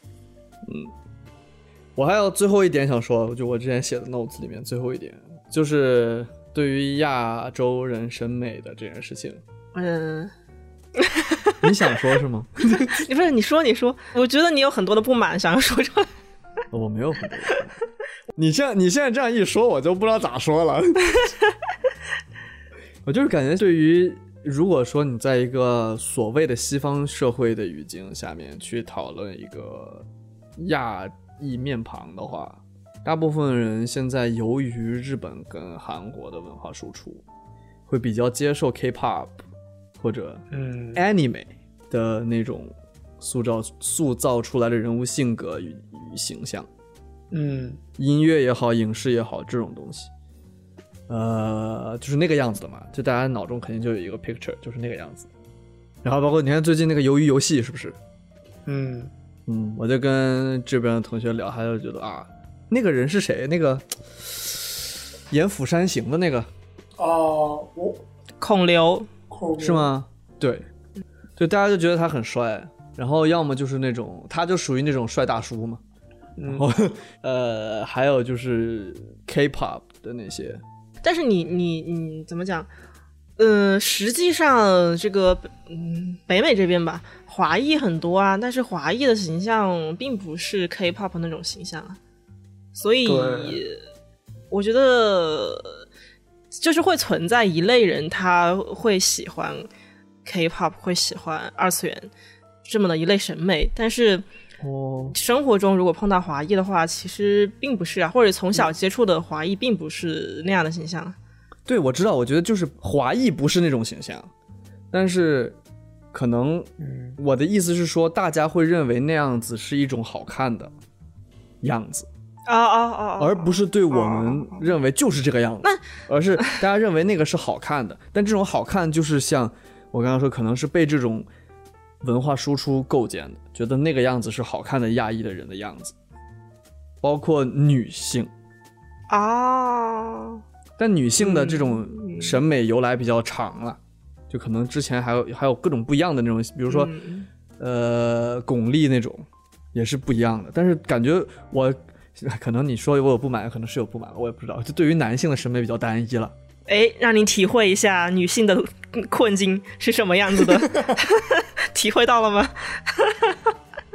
S1: 我还有最后一点想说，就我之前写的 notes 里面最后一点，就是对于亚洲人审美的这件事情，
S2: 嗯， [laughs]
S1: 你想说是吗？
S2: 你不是你说你说，我觉得你有很多的不满想要说出来。 [laughs]
S1: 我没有很多。你这样，你现在这样一说，我就不知道咋说了。 [laughs] 我就是感觉，对于如果说你在一个所谓的西方社会的语境下面去讨论一个亚裔面庞的话，大部分人现在由于日本跟韩国的文化输出，会比较接受 K-pop 或者
S3: 嗯
S1: anime 的那种塑造塑造出来的人物性格与与形象，
S3: 嗯
S1: 音乐也好，影视也好，这种东西，呃，就是那个样子的嘛，就大家脑中肯定就有一个 picture，就是那个样子。然后包括你看最近那个鱿鱼游戏是不是？
S3: 嗯
S1: 嗯，我就跟这边的同学聊，他就觉得啊，那个人是谁？那个演《釜山行》的那个
S3: 哦，我
S2: 孔刘，
S3: 酷
S1: 是？吗？对，就大家就觉得他很帅，然后要么就是那种他就属于那种帅大叔嘛，然后呃，还有就是 K-pop 的那些，
S2: 但是你你你怎么讲？嗯，实际上这个嗯北美这边吧，华裔很多啊，但是华裔的形象并不是 K-pop 那种形象啊，所以
S3: 对
S2: 我觉得就是会存在一类人，他会喜欢 K-pop，会喜欢二次元这么的一类审美，但是。
S1: 哦，
S3: 嗯
S2: 生活中如果碰到华裔的话，其实并不是啊，或者从小接触的华裔并不是那样的形象。啊
S1: 对，我知道，我觉得就是华裔不是那种形象，但是可能
S3: 嗯，
S1: 我的意思是说，大家会认为那样子是一种好看的样子，
S2: 哦哦哦，
S1: 而不是对我们认为就是这个样子，而是大家认为那个是好看的。但这种好看就是像我刚刚说，可能是被这种文化输出构建的，觉得那个样子是好看的亚裔的人的样子，包括女性。
S2: 啊，
S1: 但女性的这种审美由来比较长了，就可能之前还有还有各种不一样的那种，比如说、
S2: 嗯
S1: 呃巩俐那种也是不一样的。但是感觉我 [laughs] 可能你说我有不满，可能是有不满，我也不知道。就对于男性的审美比较单一了。
S2: 哎，让你体会一下女性的困境是什么样
S1: [laughs]
S2: 子的， [laughs] 体会到了吗？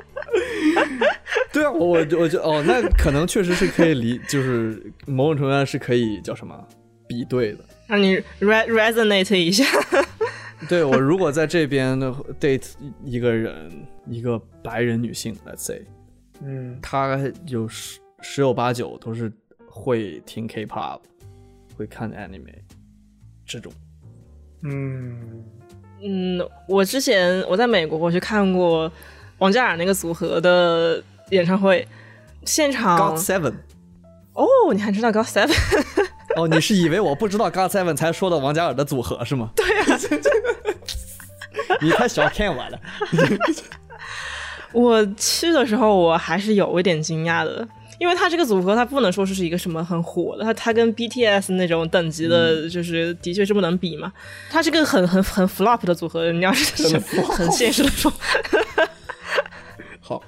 S1: [laughs] 对啊，我我我就哦，那可能确实是可以理， [laughs] 就是某种程度上是可以叫什么比对的。
S2: 让你 re resonate 一下。
S1: 对我如果在这边 date 一个人，一个白人女性，let's say，
S3: 嗯，
S1: 他有十十有八九都是会听 K-pop，会看 anime 这种。
S3: 嗯，
S2: 嗯，我之前我在美国，我去看过王嘉尔那个组合的演唱会，现场
S3: 嗯
S1: God Seven，
S2: 哦，你还知道 God Seven？
S1: 哦，你是以为我不知道 God Seven 才说的王嘉尔的组合是吗？对啊， [laughs] 你太小看我了。
S2: 我去的时候，我还是有一点惊讶的，因为他这个组合，他不能说是一个什么很火的，他他跟 BTS 那种等级的，就是的确是不能比嘛。他是个很很很 flop 的组合，你要是
S1: 很
S2: 很现实的说，
S1: 好，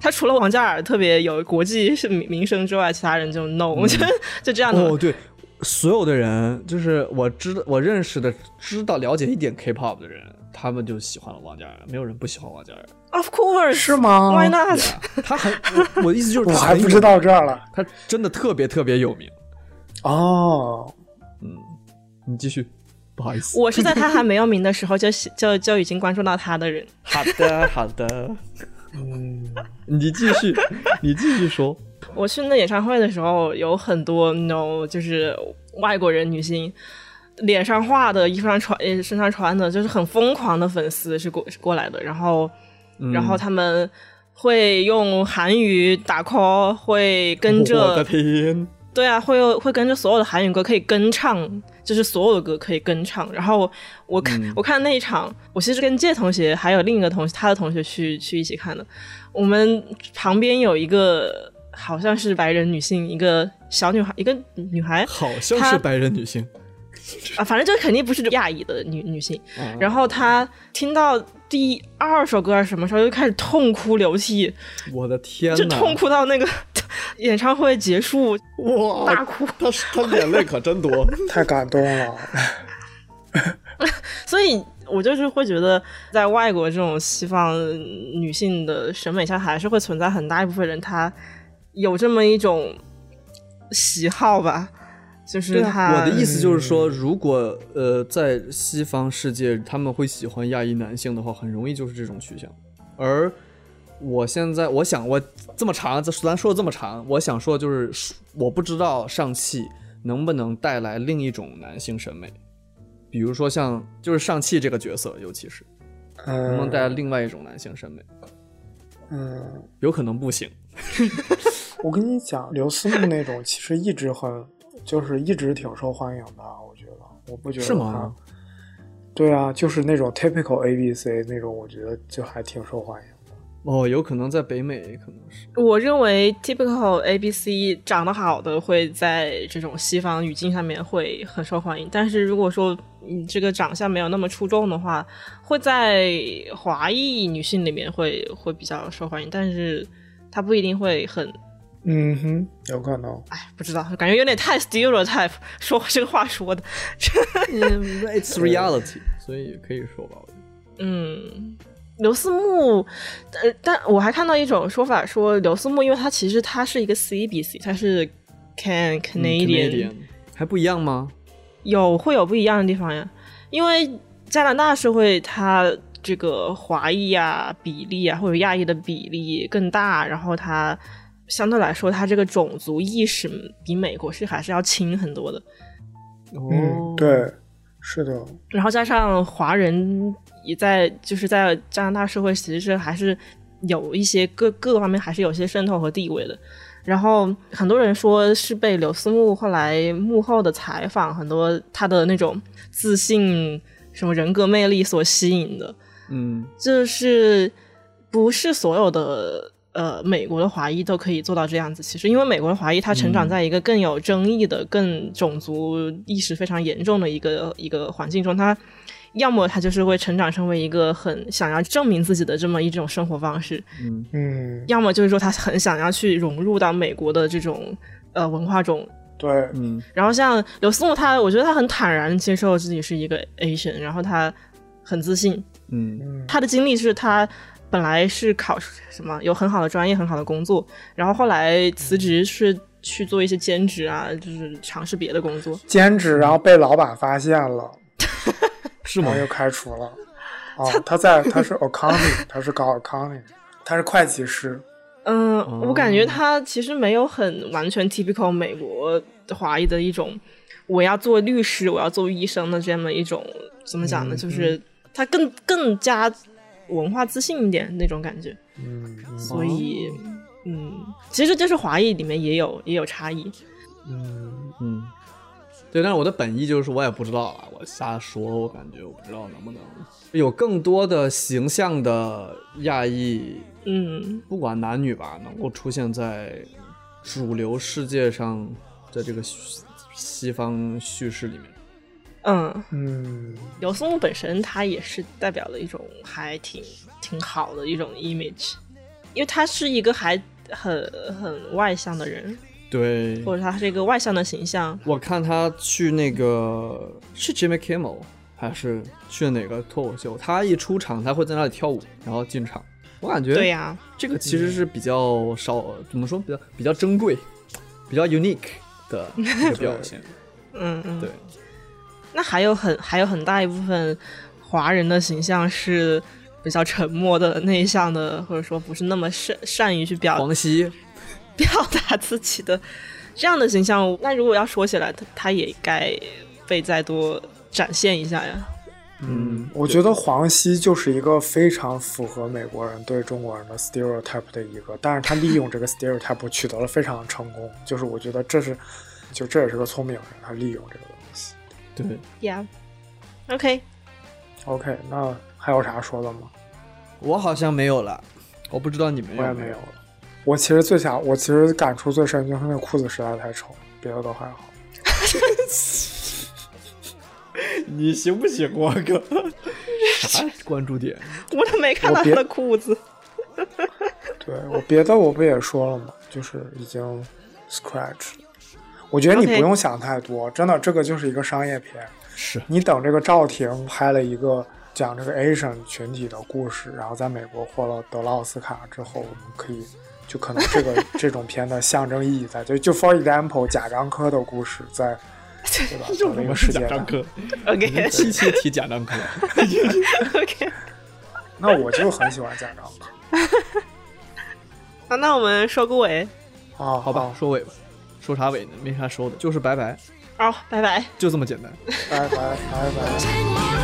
S2: 他除了王嘉尔特别有国际是名名声之外，其他人就 no，、就 [laughs] 就这样的。
S1: 哦对，所有的人就是我知道我认识的知道了解一点 K-pop 的人，他们就喜欢了王嘉尔，没有人不喜欢王嘉尔。
S2: of course，
S3: 是吗？
S2: why not？
S1: 他很，我我的意思就是
S3: 我
S1: 他
S3: 还
S1: 很有
S3: 不知道这儿了。
S1: 名，他真的特别特别有名。
S3: 哦，
S1: 你继续，不好意思。
S2: 我是在他还没有名的时候就喜就就已经关注到他的人。 [laughs]
S1: 好的，好的，
S3: 嗯，
S1: 你继续，你继续说。
S2: 我去那演唱会的时候，有很多那种就是外国人女星，脸上画的、衣服上穿、呃身上穿的，就是很疯狂的粉丝是过是过来的。然后，
S1: 嗯
S2: 然后他们会用韩语打 call，会跟
S1: 我的
S2: 着，
S1: 天，
S2: 对啊，会有会跟着所有的韩语歌可以跟唱，就是所有的歌可以跟唱。然后我看、我看那一场，我其实跟介同学还有另一个同学，他的同学去去一起看的。我们旁边有一个好像是白人女性，一个小女孩，一个女
S1: [laughs]
S2: 孩
S1: 好像
S2: 他
S1: 是白人女性。
S2: 啊，反正就肯定不是亚裔的女女性。
S1: 嗯
S2: 然后她听到第二首歌还是什么时候，就开始痛哭流涕，
S1: 我的啊天
S2: 就
S1: 呐，
S2: 痛哭到那个 [laughs] 演唱会结束
S1: 哇，
S2: 大哭。
S1: 他他眼泪可真多。
S3: 太感动了。
S2: 所以我就是会觉得，在外国这种西方女性的审美下，还是会存在很大一部分人，她有这么一种喜好吧，就是她、
S1: 啊我的意思就是说，如果呃在西方世界他们会喜欢亚裔男性的话，很容易就是这种取向。而我现在我想我这么长，这咱说的这么长，我想说就是我不知道上汽能不能带来另一种男性审美，比如说像就是上汽这个角色，尤其是能不能带来
S3: [laughs] 嗯
S1: 另外一种男性审美，
S3: 嗯。
S1: 有可能不行。
S3: 我跟你讲，刘思慕那种其实一直很，就是一直挺受欢迎的，我觉得，我不觉得
S1: 是吗
S3: 他？对啊，就是那种 typical A B C 那种，我觉得就还挺受欢迎。
S1: 哦，有可能在北美，可能
S2: [laughs]
S1: 是
S2: 我认为 typical A B C 长得好的会在这种西方语境下面会很受欢迎，但是如果说你这个长相没有那么出众的话，会在华裔女性里面会会比较受欢迎，但是它不一定会很，
S3: 嗯哼，有可能。
S2: 哎，不知道，感觉有点太 stereotype，说这个话说的，
S1: 嗯，it's reality，所以可以说吧，我觉得
S2: 嗯，刘思慕，呃，但我还看到一种说法说刘思慕，因为他其实他是一个 CBC，他是 Can
S1: 嗯
S2: Canadian，、
S1: 还不一样吗？
S2: 有会有不一样的地方呀，因为加拿大是会它这个华裔啊比例啊或者亚裔的比例更大，然后它相对来说它这个种族意识比美国是还是要轻很多的，
S1: 哦，
S3: 嗯，对，是的，
S2: 然后加上华人也在就是在加拿大社会其实是还是有一些各各个方面还是有些渗透和地位的。然后很多人说是被柳思慕后来幕后的采访，很多他的那种自信、什么人格魅力所吸引的。
S1: 嗯，
S2: 就是不是所有的呃美国的华裔都可以做到这样子。其实，因为美国的华裔他成长在一个更有争议的、更种族意识非常严重的一个一个环境中，他要么他就是会成长成为一个很想要证明自己的这么一种生活方式，
S3: 嗯，
S2: 要么就是说他很想要去融入到美国的这种呃文化中。
S3: 对，
S1: 嗯，
S2: 然后像刘思慕他，我觉得他很坦然接受自己是一个 Asian，然后他很自信，
S1: 嗯，
S3: 嗯，
S2: 他的经历是他本来是考什么有很好的专业、很好的工作，然后后来辞职是去做一些兼职啊，就是尝试别的工作。
S3: 兼职，然后被老板发现了，
S1: 是
S3: 然
S1: 吗
S3: 后？又开除了。哦，哎他在，他是 accounting，他 [laughs] 是搞 accounting，他是会计师。
S2: 嗯，
S1: 哦
S2: 我感觉他其实没有很完全 typical 美国华裔的一种，我要做律师，我要做医生的这么一种，怎么讲呢？
S3: 嗯
S2: 就是他更更加文化自信一点那种感觉，
S3: 嗯
S2: 所以。嗯，其实就是华裔里面也有也有差异，
S3: 嗯，
S1: 嗯，对，但是我的本意就是我也不知道啊，我瞎说，我感觉我不知道能不能有更多的形象的亚裔，
S2: 嗯，
S1: 不管男女吧，能够出现在主流世界上的这个叙西方叙事里面。
S2: 嗯，
S3: 嗯，
S2: 刘松木本身他也是代表了一种还挺挺好的一种 image，因为他是一个还很很外向的人，
S1: 对，
S2: 或者他是一个外向的形象。
S1: 我看他去那个是 Jimmy Kimmel 还是去哪个脱口秀，他一出场他会在那里跳舞，然后进场。我感觉
S2: 对啊呀、
S1: 这个其实是比较少，怎么说比较比较珍贵，比较 unique 的一个表现。
S2: 嗯
S1: [laughs]
S2: 嗯，
S1: 对。
S2: 那还有很还有很大一部分华人的形象是比较沉默的、内向的，或者说不是那么善善于去表
S1: 黄西，
S2: [laughs] 表达自己的这样的形象。那如果要说起来，他他也该被再多展现一下呀。
S1: 嗯，
S3: 我觉得黄西就是一个非常符合美国人对中国人的 stereotype 的一个，但是他利用这个 stereotype 取得了非常成功，就是我觉得这是，就这也是个聪明人，他利用这个东西。
S1: 对，
S2: Yeah. OK，
S3: OK，那还有啥说的吗？
S1: 我好像没有了，我不知道你们
S3: 我也
S1: 有
S3: 没有
S1: 有。
S3: 了。我其实最想，我其实感触最深就是那裤子实在太丑，别的都还好。
S1: 你行不行，我哥？ [laughs] 啥关注点？
S2: 我都没看到他
S3: 我别
S2: 的裤子。
S3: 对我别的我不也说了吗？就是已经 scratch。我觉得你
S2: OK
S3: 不用想太多真的，这个就是一个商业片。
S1: 是
S3: 你等这个赵婷拍了一个讲这个 Asian 群体的故事，然后在美国获了得了奥斯卡之后，我们可以就可能这
S1: [laughs]
S3: 个这种片的象征意义在，就就 for example 贾樟柯的故事在，
S1: [laughs]
S3: 对吧？在那个世界上，
S1: 柯，
S2: OK
S1: [laughs] 七七提贾樟柯。
S2: [laughs] OK，
S3: 那我就很喜欢贾樟柯。
S2: 好，那我们收个尾。
S3: 啊，
S1: 好吧
S3: 啊，，
S1: 收尾吧，收啥尾呢？没啥收的，就是拜拜，
S2: 哦，拜拜。
S1: 就这么简单。
S3: 拜拜拜拜。
S4: Take my Oh,